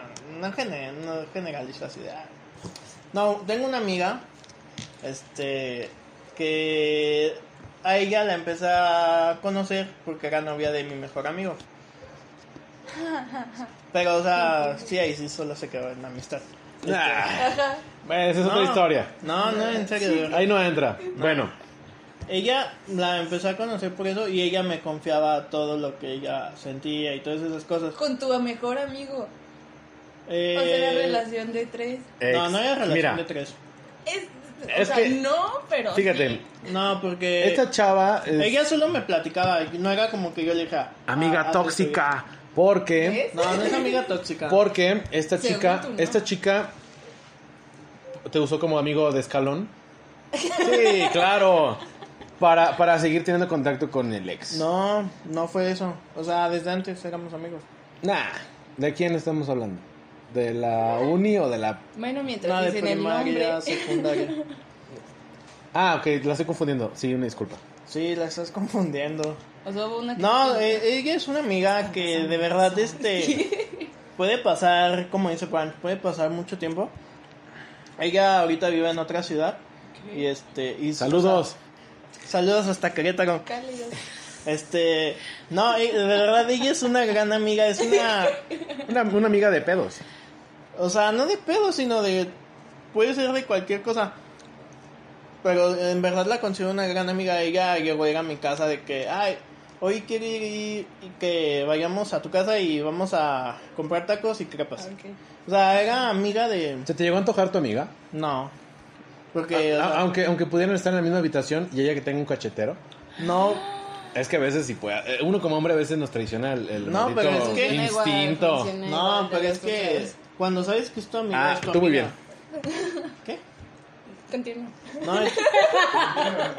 S5: no, gene- no generalizo así de, ah. No, tengo una amiga, este, que a ella la empecé a conocer porque era novia de mi mejor amigo. Pero, o sea, sí, ahí sí solo se quedó en amistad.
S3: Ah,
S6: Ajá.
S3: esa es otra
S5: No.
S3: historia.
S5: No, no, en serio. de verdad.
S3: Ahí no entra. Bueno,
S5: Ella la empecé a conocer por eso y ella me confiaba todo lo que ella sentía y todas esas cosas.
S6: Con tu mejor amigo.
S5: Eh,
S6: O sea, la relación de tres.
S5: No, no era
S3: ex-
S5: relación
S3: mira,
S5: de tres.
S6: Es,
S3: Es
S6: o sea,
S3: que-
S6: no, pero.
S5: ¿eh?
S3: Fíjate,
S5: No, porque
S3: esta chava es
S5: ella solo me platicaba. No era como que yo le dije. ah,
S3: amiga
S5: ah,
S3: tóxica. Porque,
S6: ¿Ves?
S5: No, no es amiga
S3: *laughs*
S5: tóxica.
S3: porque esta
S6: Según
S3: chica,
S6: tú, ¿no?
S3: esta chica te usó como amigo de
S5: *laughs*
S3: escalón. Sí, claro. Para, para seguir teniendo contacto con el ex.
S5: No, no fue eso. O sea, desde antes éramos amigos.
S3: Nah. ¿De quién estamos hablando? ¿De la uni o de la.?
S6: Bueno, mientras
S5: No, de
S6: dicen el nombre. eh,
S5: primaria, *laughs* secundaria.
S3: Ah, ok, la estoy confundiendo. Sí, una disculpa.
S5: Sí, la
S6: *laughs*
S5: estás confundiendo.
S6: O sea, hubo una que-
S5: No, eh, ella es una
S6: Ah,
S5: amiga que de
S6: *laughs*
S5: verdad este puede pasar, como dice Juan, puede pasar mucho tiempo. Ella ahorita vive en otra ciudad y este y
S3: Saludos.
S5: saludos hasta Querétaro.
S6: Cálidos.
S5: Este, no, eh, de verdad ella es una gran amiga, es una
S3: Una, una amiga de pedos.
S5: O sea, no de pedo, sino de. Puede ser de cualquier cosa. Pero en verdad la considero una gran amiga. Ella llegó a ir a mi casa de que, ay, hoy quiere ir y que vayamos a tu casa y vamos a comprar tacos y crepas.
S6: Ok.
S5: O sea, era amiga de.
S3: ¿Se te llegó a antojar tu amiga?
S5: No. Porque. o
S3: A-
S5: sea,
S3: aunque, aunque pudieran estar en la misma habitación y ella que tenga un cachetero.
S5: no.
S3: Es que a veces sí puede. eh, Uno como hombre a veces nos traiciona el, el
S5: No, pero
S3: maldito
S5: es que-
S6: Funciona igual,
S3: instinto.
S6: funciona
S5: No,
S6: igual,
S5: pero
S6: lo
S5: es que.
S6: escuchas.
S5: Cuando sabes que es tu amiga.
S3: ah,
S5: es tu
S3: tú muy bien.
S5: amiga. ¿Qué?
S6: Continúa.
S5: No, es-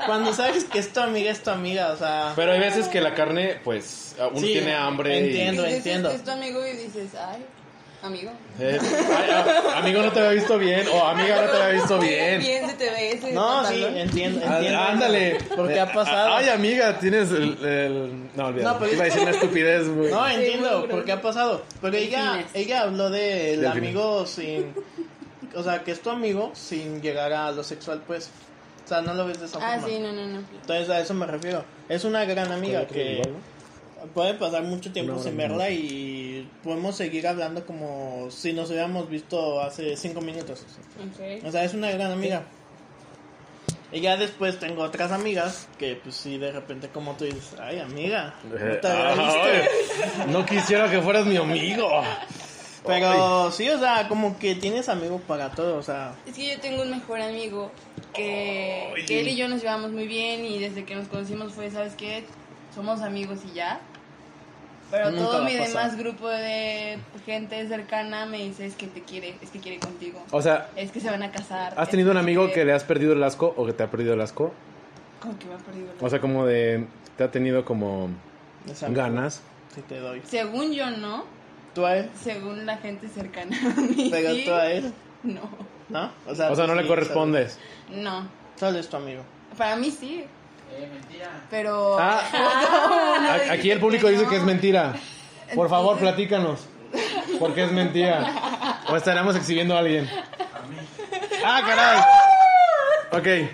S5: Cuando sabes que es tu amiga, es tu amiga. O sea.
S3: Pero hay veces que la carne, pues, uno
S5: Sí,
S3: tiene hambre. y-
S5: entiendo.
S6: Y dices
S5: entiendo.
S6: que Es tu amigo y dices, ay, amigo.
S3: *laughs* Eh, ay, ah, amigo no te había visto bien o amiga no te había
S6: *laughs*
S5: *laughs*
S3: visto bien.
S6: Bien se te ve ese
S5: No, sí,
S6: pantalón.
S5: entiendo,
S3: Ah,
S5: entiendo.
S3: Ándale. Eh, Ah,
S5: Porque ha pasado.
S3: Ay, amiga, tienes el... el- No, olvídalo.
S5: No, pero-
S3: Iba a decir una estupidez, güey.
S5: No,
S6: muy
S5: entiendo
S6: grande.
S5: por qué ha pasado. Pero ella,
S6: Delfines.
S5: ella habló del
S3: Delfines.
S5: amigo sin. O sea, que es tu amigo sin llegar a lo sexual, pues. O sea, no lo ves de esa
S6: Ah,
S5: forma.
S6: sí, no, no, no.
S5: Entonces a eso me refiero. Es una gran amiga que puede pasar mucho tiempo sin verla y podemos seguir hablando como si nos hubiéramos visto hace cinco minutos.
S6: Ok.
S5: O sea, es una gran amiga. Y ya después tengo otras amigas que, pues sí, de repente como tú dices, ay, amiga, no
S3: Eh, *laughs*
S5: te
S3: ay,
S5: agradezco".
S3: no quisiera que fueras mi amigo.
S5: Pero sí, o sea, como que tienes amigos para todo, o sea.
S6: Es que yo tengo un mejor amigo que, que él y yo nos llevamos muy bien y desde que nos conocimos fue, ¿sabes qué? Somos amigos y ya. Pero
S5: Nunca va
S6: todo
S5: a
S6: mi
S5: pasar.
S6: demás grupo de gente cercana me dice, es que te quiere, es que quiere contigo.
S3: O sea,
S6: Es que se van a casar.
S3: ¿has tenido un amigo que le has perdido el asco o que te ha perdido el asco?
S6: Como que me ha perdido el
S3: O sea, como de... Te ha tenido como
S5: es amigo,
S3: ganas.
S5: Sí, te doy.
S6: Según yo no,
S5: ¿Tú a él?
S6: según la gente cercana a mí.
S5: ¿Pero tú a él?
S6: No,
S5: ¿No? O sea,
S3: O sea,
S5: tú
S3: no le
S5: sí,
S3: correspondes.
S6: no.
S5: Solo, solo es tu amigo.
S6: Para mí sí. Pero...
S3: Ah,
S6: *laughs* No,
S3: a-
S6: dijiste
S3: aquí el público dice
S6: no.
S3: que es mentira. Por favor, platícanos. ¿Por qué es mentira? ¿O estaremos exhibiendo a alguien? ¡Ah, caray! Ok.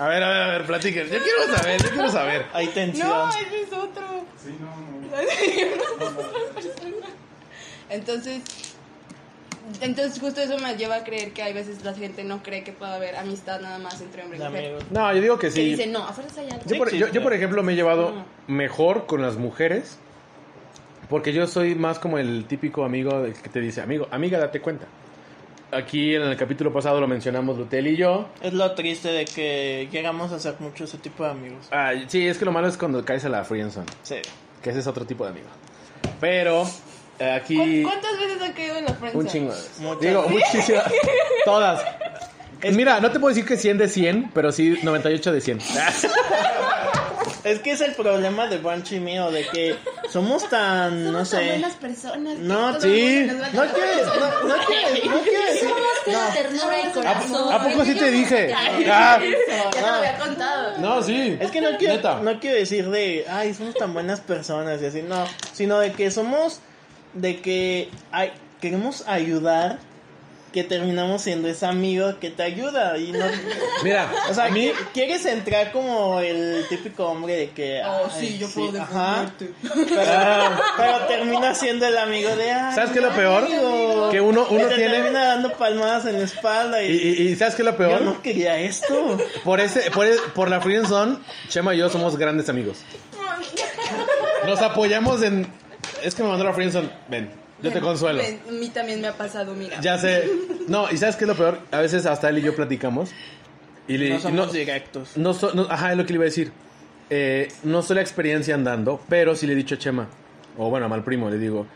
S3: A ver, a ver, a ver, platiquen. Yo quiero saber, yo quiero saber.
S5: Hay tensión.
S6: No, ese es otro. Sí, *laughs* no, no. entonces, entonces justo eso me lleva a creer que hay veces la gente no cree que pueda haber amistad nada más entre hombre y
S5: de
S6: mujer.
S5: amigos.
S3: No, yo digo que
S6: Que dice,
S3: sí.
S6: no, afuera está ya.
S3: Yo por, yo- yo, por ejemplo, me he llevado mejor con las mujeres. Porque yo soy más como el típico amigo del que te dice, amigo, amiga, date cuenta. Aquí en el capítulo pasado lo mencionamos Lutel y yo.
S5: Es lo triste de que llegamos a ser mucho ese tipo de amigos.
S3: Ah, sí, es que lo malo es cuando caes a la friendzone,
S5: Sí.
S3: que ese es otro tipo de amigo. Pero eh, aquí
S6: ¿Cu- ¿Cuántas veces han caído en la prensa?
S3: un chingo. de veces.
S5: Muchas.
S3: Digo, muchísimas. Todas. Mira, no te puedo decir que 100 de 100, pero sí 98 de 100.
S5: Ah, Es que es el problema de Banshee y mío, de que somos tan,
S6: *laughs*
S5: no
S6: Somos tan
S5: sé.
S6: buenas personas. que
S5: No,
S6: todo
S5: sí.
S6: el mundo nos va a
S5: No quieres, no, no quieres, no quieres.
S8: La ternura y
S3: ¿A,
S8: corazón.
S3: a poco sí te dije? Ah,
S6: Ya te lo había contado.
S3: no, sí.
S5: *laughs* Es que no quiero,
S3: Neta.
S5: no quiero decir de, ay, somos tan buenas personas y así, no, sino de que somos, de que ay, queremos ayudar que terminamos siendo ese amigo que te ayuda y no...
S3: Mira,
S5: O sea,
S3: a mí,
S5: que- quieres entrar como el típico hombre de que...
S6: Oh,
S5: ay,
S6: sí, yo puedo
S5: ajá,
S6: defenderte.
S3: Ah.
S5: Pero, pero termina siendo el amigo de... ay,
S3: ¿Sabes qué es lo
S5: ya,
S3: peor?
S5: amigo.
S3: Que uno-
S5: Y
S3: uno
S5: te
S3: tiene-
S5: termina dando palmadas en la espalda
S3: y,
S5: y...
S3: y- y ¿sabes qué es lo
S5: Yo
S3: peor?
S5: no quería esto.
S3: Por, ese, por, el- por la Freedom Zone, Chema y yo somos grandes amigos. Nos apoyamos en. Es que me mandó la Freedom Zone. Ven, yo te consuelo.
S6: Ven, A mí también me ha pasado, mira.
S3: Ya sé. No, y ¿sabes qué es lo peor? A veces hasta él y yo platicamos. Y le,
S5: No
S3: y
S5: somos
S3: no-
S5: directos.
S3: No, so- no- ajá, es lo que le iba a decir. Eh, no soy la experiencia andando, pero sí le he dicho a Chema, o bueno, a mal primo, le digo,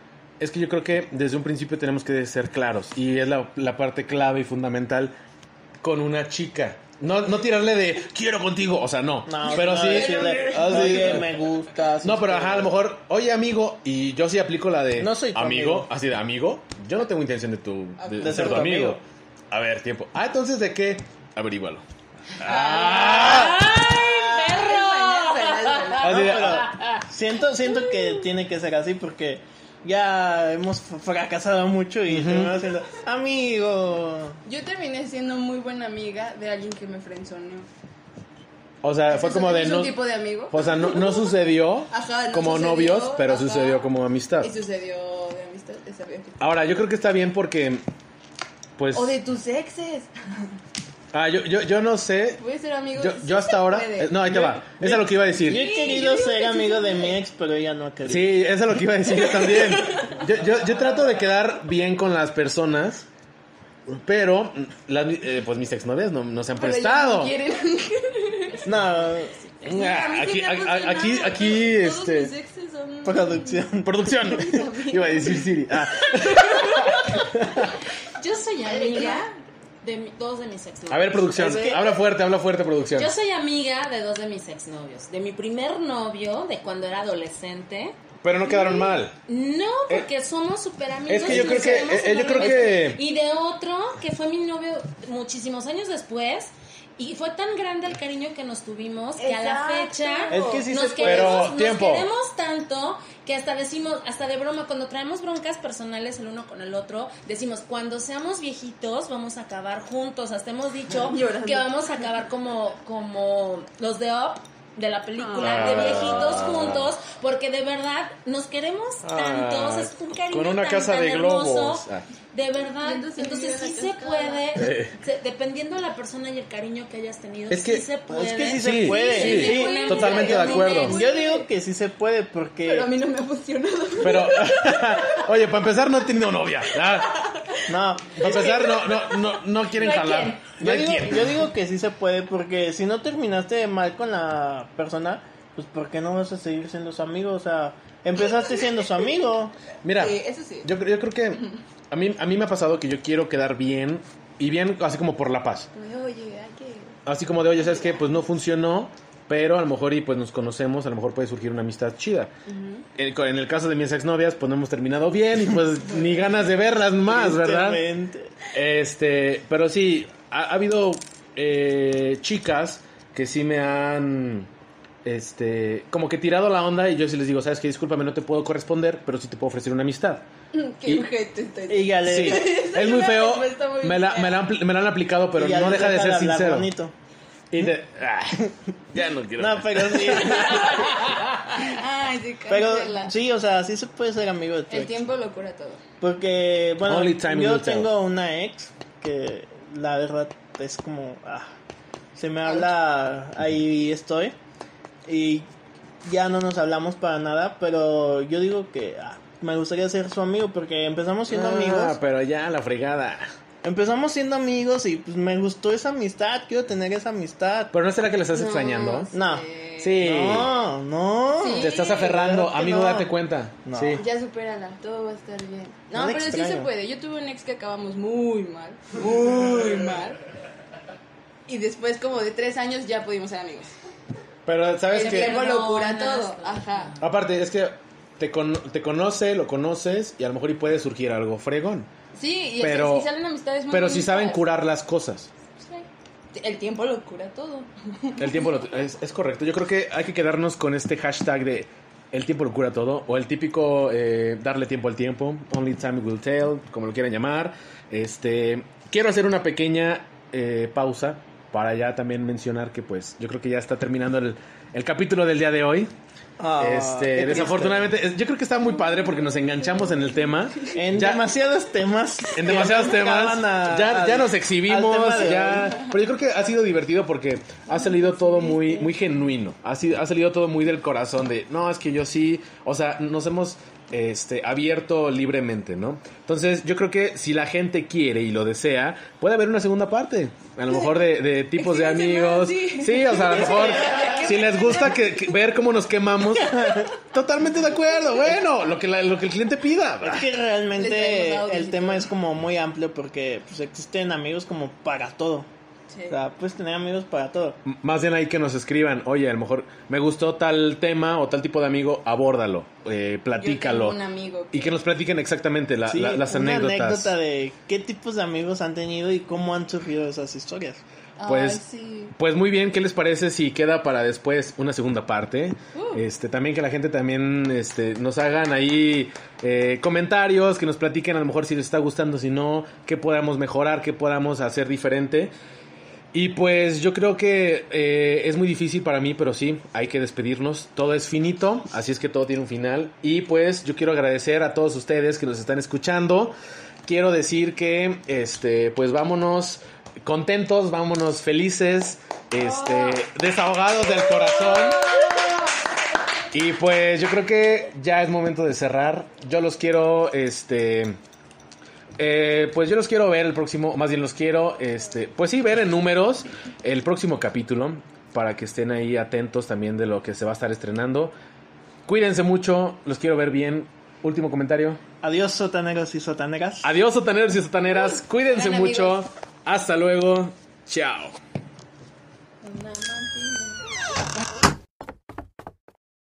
S3: es que yo creo que desde un principio tenemos que ser claros y es la, la parte clave y fundamental con una chica. No, no tirarle de quiero contigo, o sea, no.
S5: No,
S3: pero
S5: no
S3: sí.
S5: decirle,
S3: ah, sí.
S5: "Oye, me gustas.
S3: *laughs* No, pero ajá, a lo mejor, oye amigo, y yo sí aplico la de
S5: No soy tu
S3: amigo,
S5: amigo. Ah,
S3: así de amigo, yo no tengo intención de tu de,
S5: De
S3: de
S5: ser
S3: ser tu
S5: tu
S3: amigo.
S5: amigo.
S3: A ver, tiempo. Ah, entonces de qué?
S5: *laughs*
S3: Averígualo. Ah.
S5: No,
S3: Así de,
S5: pero
S3: ah,
S5: siento, siento que tiene que ser así porque ya hemos f- fracasado mucho y terminamos siendo amigo.
S6: *laughs* Yo terminé siendo muy buena amiga de alguien que me frenzoneó.
S3: o sea, fue
S6: ¿Eso
S3: como de
S6: es
S3: no
S6: un tipo de amigo?
S3: O sea, no, no sucedió
S6: Ajá, no
S3: como
S6: sucedió,
S3: novios, pero
S6: ajá.
S3: sucedió como amistad.
S6: Y sucedió de amistad, está bien.
S3: Ahora, yo creo que está bien porque, pues...
S6: O de tus exes.
S3: Ah, yo, yo, yo no sé.
S6: Voy a ser amigo.
S3: Yo,
S6: sí
S3: yo
S6: se
S3: hasta ahora...
S6: puede.
S3: eh, No, ahí te va. Eso es lo que iba a
S5: Yo
S3: decir.
S5: he querido ser amigo de mi ex, pero ella no ha querido.
S3: Sí, eso es lo que iba a decir yo también. Yo, yo, yo trato de quedar bien con las personas, pero mm, las mi- eh, pues mis exnovias no, no se han
S6: Pero ellos
S3: prestado.
S6: no quieren.
S5: No,
S3: Ah,
S6: A mí
S3: Aquí,
S6: sí me ha
S3: aquí,
S6: funcionado.
S3: aquí, aquí,
S6: Todos mis
S3: este...
S6: exes son-
S3: *laughs*
S5: producción.
S3: Producción. *laughs* Iba a decir Siri. Ah.
S8: Yo soy amiga de mi- dos de mis exnovios.
S3: A ver, producción.
S5: Es que-
S3: Habla fuerte, habla fuerte, producción.
S8: Yo soy amiga de dos de mis exnovios. De mi primer novio, de cuando era adolescente.
S3: Pero no quedaron mal.
S8: No, porque somos súper amigos.
S3: Eh, es que yo
S8: y
S3: creo
S8: nos
S3: que-
S8: queremos
S3: eh, eh, yo
S8: súper
S3: creo
S8: bien.
S3: que-
S8: Y de otro, que fue mi novio muchísimos años después. Y fue tan grande el cariño que nos tuvimos que a la
S6: Exacto.
S8: fecha
S5: Es que sí
S8: nos,
S5: se puede.
S3: Pero,
S8: queremos, nos
S3: tiempo.
S8: queremos tanto que hasta decimos, hasta de broma, cuando traemos broncas personales el uno con el otro, decimos, cuando seamos viejitos vamos a acabar juntos. Hasta
S5: *laughs*
S8: hemos dicho
S6: Llorando.
S8: que vamos a acabar como, como los de Up de la película,
S3: Ah.
S8: de viejitos juntos, porque de verdad nos queremos tanto, o sea, es un cariño
S3: Ah. con una
S8: tan,
S3: casa
S8: tan
S3: de
S8: hermoso.
S3: globos. Ah.
S8: De verdad,
S6: Entonces,
S8: entonces,
S6: vive
S8: sí
S6: la
S8: se
S6: cascada.
S8: puede, se- dependiendo de la persona y el cariño que hayas tenido,
S3: Es que-
S8: sí se puede.
S5: Es que sí,
S3: Sí,
S5: se puede.
S3: sí,
S8: sí, sí,
S3: totalmente de acuerdo.
S8: pues,
S5: Yo digo que sí se puede
S6: Pero a
S5: porque
S6: mí no me ha funcionado.
S3: Pero, *laughs* oye, para empezar no he tenido novia. Ah,
S5: no.
S3: Para empezar no, no, no, no quieren
S8: No hay
S3: jalar. No
S5: Yo
S3: hay
S5: digo,
S3: quien.
S5: yo digo que sí se puede porque si no terminaste mal con la persona, pues ¿por qué no vas a seguir siendo su amigo? O sea, empezaste siendo su amigo.
S3: Mira,
S6: Sí, Eh, eso sí.
S3: yo, creo- yo creo que a mí, a mí me ha pasado que yo quiero quedar bien y bien así como por la paz.
S6: Como de, Oye, hay que.
S3: Así como de, oye, ¿sabes qué? Pues no funcionó, pero a lo mejor y pues nos conocemos, a lo mejor puede surgir una amistad chida. En- En el caso de mis exnovias, pues no hemos terminado bien y pues ni ganas de verlas *laughs* más, ¿verdad?
S5: Tristemente.
S3: Este, pero sí, ha, ha habido eh, chicas que sí me han, este, como que tirado la onda y yo sí les digo, sabes que discúlpame, no te puedo corresponder, pero sí te puedo ofrecer una amistad.
S6: Qué
S3: Y-
S6: urgente estoy.
S5: Y ya le *laughs*
S3: Sí, es muy
S6: una
S3: feo,
S6: respuesta muy
S3: me la, me, la han, pl- me la han aplicado, pero
S5: y ya
S3: no
S5: le
S3: deja de ser
S5: hablar
S3: sincero.
S5: bonito.
S3: Y te- ah, *laughs* ya no pues, quiero.
S5: No, pero sí.
S6: Ay, sí,
S5: pero
S6: *laughs* cancela.
S5: sí, o sea, sí se puede ser amigo de tu
S6: El
S5: ex.
S6: tiempo lo cura todo.
S5: Porque, bueno,
S3: Only time
S5: yo
S3: will tell.
S5: tengo una ex que la verdad es como. ah, se me habla, ahí estoy. Y ya no nos hablamos para nada, pero yo digo que ah, me gustaría ser su amigo porque empezamos siendo
S3: Ah,
S5: amigos.
S3: pero ya la fregada.
S5: Empezamos siendo amigos y pues me gustó esa amistad, quiero tener esa amistad.
S3: Pero no será que la estás extrañando?
S5: No.
S6: sé.
S3: Sí.
S5: No, no.
S6: Sí.
S3: Te estás aferrando,
S5: Claro que
S3: amigo,
S5: no.
S3: date cuenta.
S5: No.
S3: Sí.
S6: Ya supérala, todo va a estar bien. No,
S5: No me
S6: pero sí se
S5: extraño.
S6: puede. Yo tuve un ex que acabamos muy mal, muy mal. Y después como de tres años ya pudimos ser amigos.
S3: Pero sabes
S6: El
S3: que
S6: tiempo lo cura
S8: Perdonas
S6: todo.
S8: todo.
S6: Ajá.
S3: Aparte, es que te, con- te conoce, lo conoces y a lo mejor y puede surgir algo fregón.
S6: Sí, y,
S3: Pero-
S6: y salen amistades muy
S3: Pero si
S6: bonitas.
S3: saben curar las cosas.
S6: Sí. El tiempo lo cura todo.
S3: El tiempo lo- es, es correcto. Yo creo que hay que quedarnos con este hashtag de el tiempo lo cura todo, o el típico eh, darle tiempo al tiempo, only time will tell, como lo quieran llamar. Este, quiero hacer una pequeña eh, pausa para ya también mencionar que pues yo creo que ya está terminando el, el capítulo del día de hoy.
S5: Ah, qué
S3: este,
S5: triste.
S3: desafortunadamente, es- yo creo que está muy padre porque nos enganchamos en el tema.
S5: En
S3: Ya-
S5: demasiados temas.
S3: en demasiados
S5: que
S3: temas.
S5: acaban a-
S3: ya,
S5: al-
S3: ya nos
S5: al
S3: exhibimos,
S5: tema de hoy.
S3: ya. Pero yo creo que ha sido divertido porque ha salido todo muy, muy genuino. Ha, sido, ha salido todo muy del corazón de, no, es que yo sí. O sea, nos hemos este, abierto libremente, ¿no? Entonces, yo creo que si la gente quiere y lo desea, puede haber una segunda parte. A lo mejor de, de tipos de
S6: Exíbanse
S3: amigos.
S6: más, sí.
S3: Sí, o sea, a lo
S5: *laughs*
S3: mejor si les gusta que, que- ver cómo nos quemamos, totalmente de acuerdo. Bueno, lo que, la- lo que el cliente pida.
S5: Es que
S6: Les
S5: realmente
S6: traemos audios
S5: el
S6: y
S5: tema es como muy amplio porque pues existen amigos como para todo.
S6: Sí.
S5: O sea, puedes tener amigos para todo.
S3: M- Más bien ahí que nos escriban, oye, a lo mejor me gustó tal tema o tal tipo de amigo, abórdalo, eh, platícalo.
S6: Yo tengo un amigo que-
S3: Y que nos platiquen exactamente la-
S5: Sí,
S3: la- las
S5: una
S3: anécdotas.
S5: anécdota de qué tipos de amigos han tenido y cómo han surgido esas historias.
S3: Pues-
S6: Ay, sí.
S3: Pues muy bien, ¿qué les parece si queda para después una segunda parte?
S6: Uh.
S3: Este, también que la gente también este, nos hagan ahí eh, comentarios, que nos platiquen a lo mejor si les está gustando, si no, qué podamos mejorar, qué podamos hacer diferente. Y pues yo creo que eh, es muy difícil para mí, pero sí, hay que despedirnos. Todo es finito, así es que todo tiene un final. Y pues yo quiero agradecer a todos ustedes que nos están escuchando. Quiero decir que, este, pues vámonos contentos, vámonos felices, este, desahogados del corazón. Y pues yo creo que ya es momento de cerrar. Yo los quiero, este, eh, pues yo los quiero ver el próximo, más bien los quiero, este, pues sí, ver en números el próximo capítulo para que estén ahí atentos también de lo que se va a estar estrenando. Cuídense mucho, los quiero ver bien. Último comentario.
S5: Adiós sotaneros y sotaneras.
S3: Adiós, sotaneros y sotaneras. Cuídense
S8: Gran
S3: mucho.
S8: amigos.
S3: Hasta luego. Chao.
S8: Una mantina.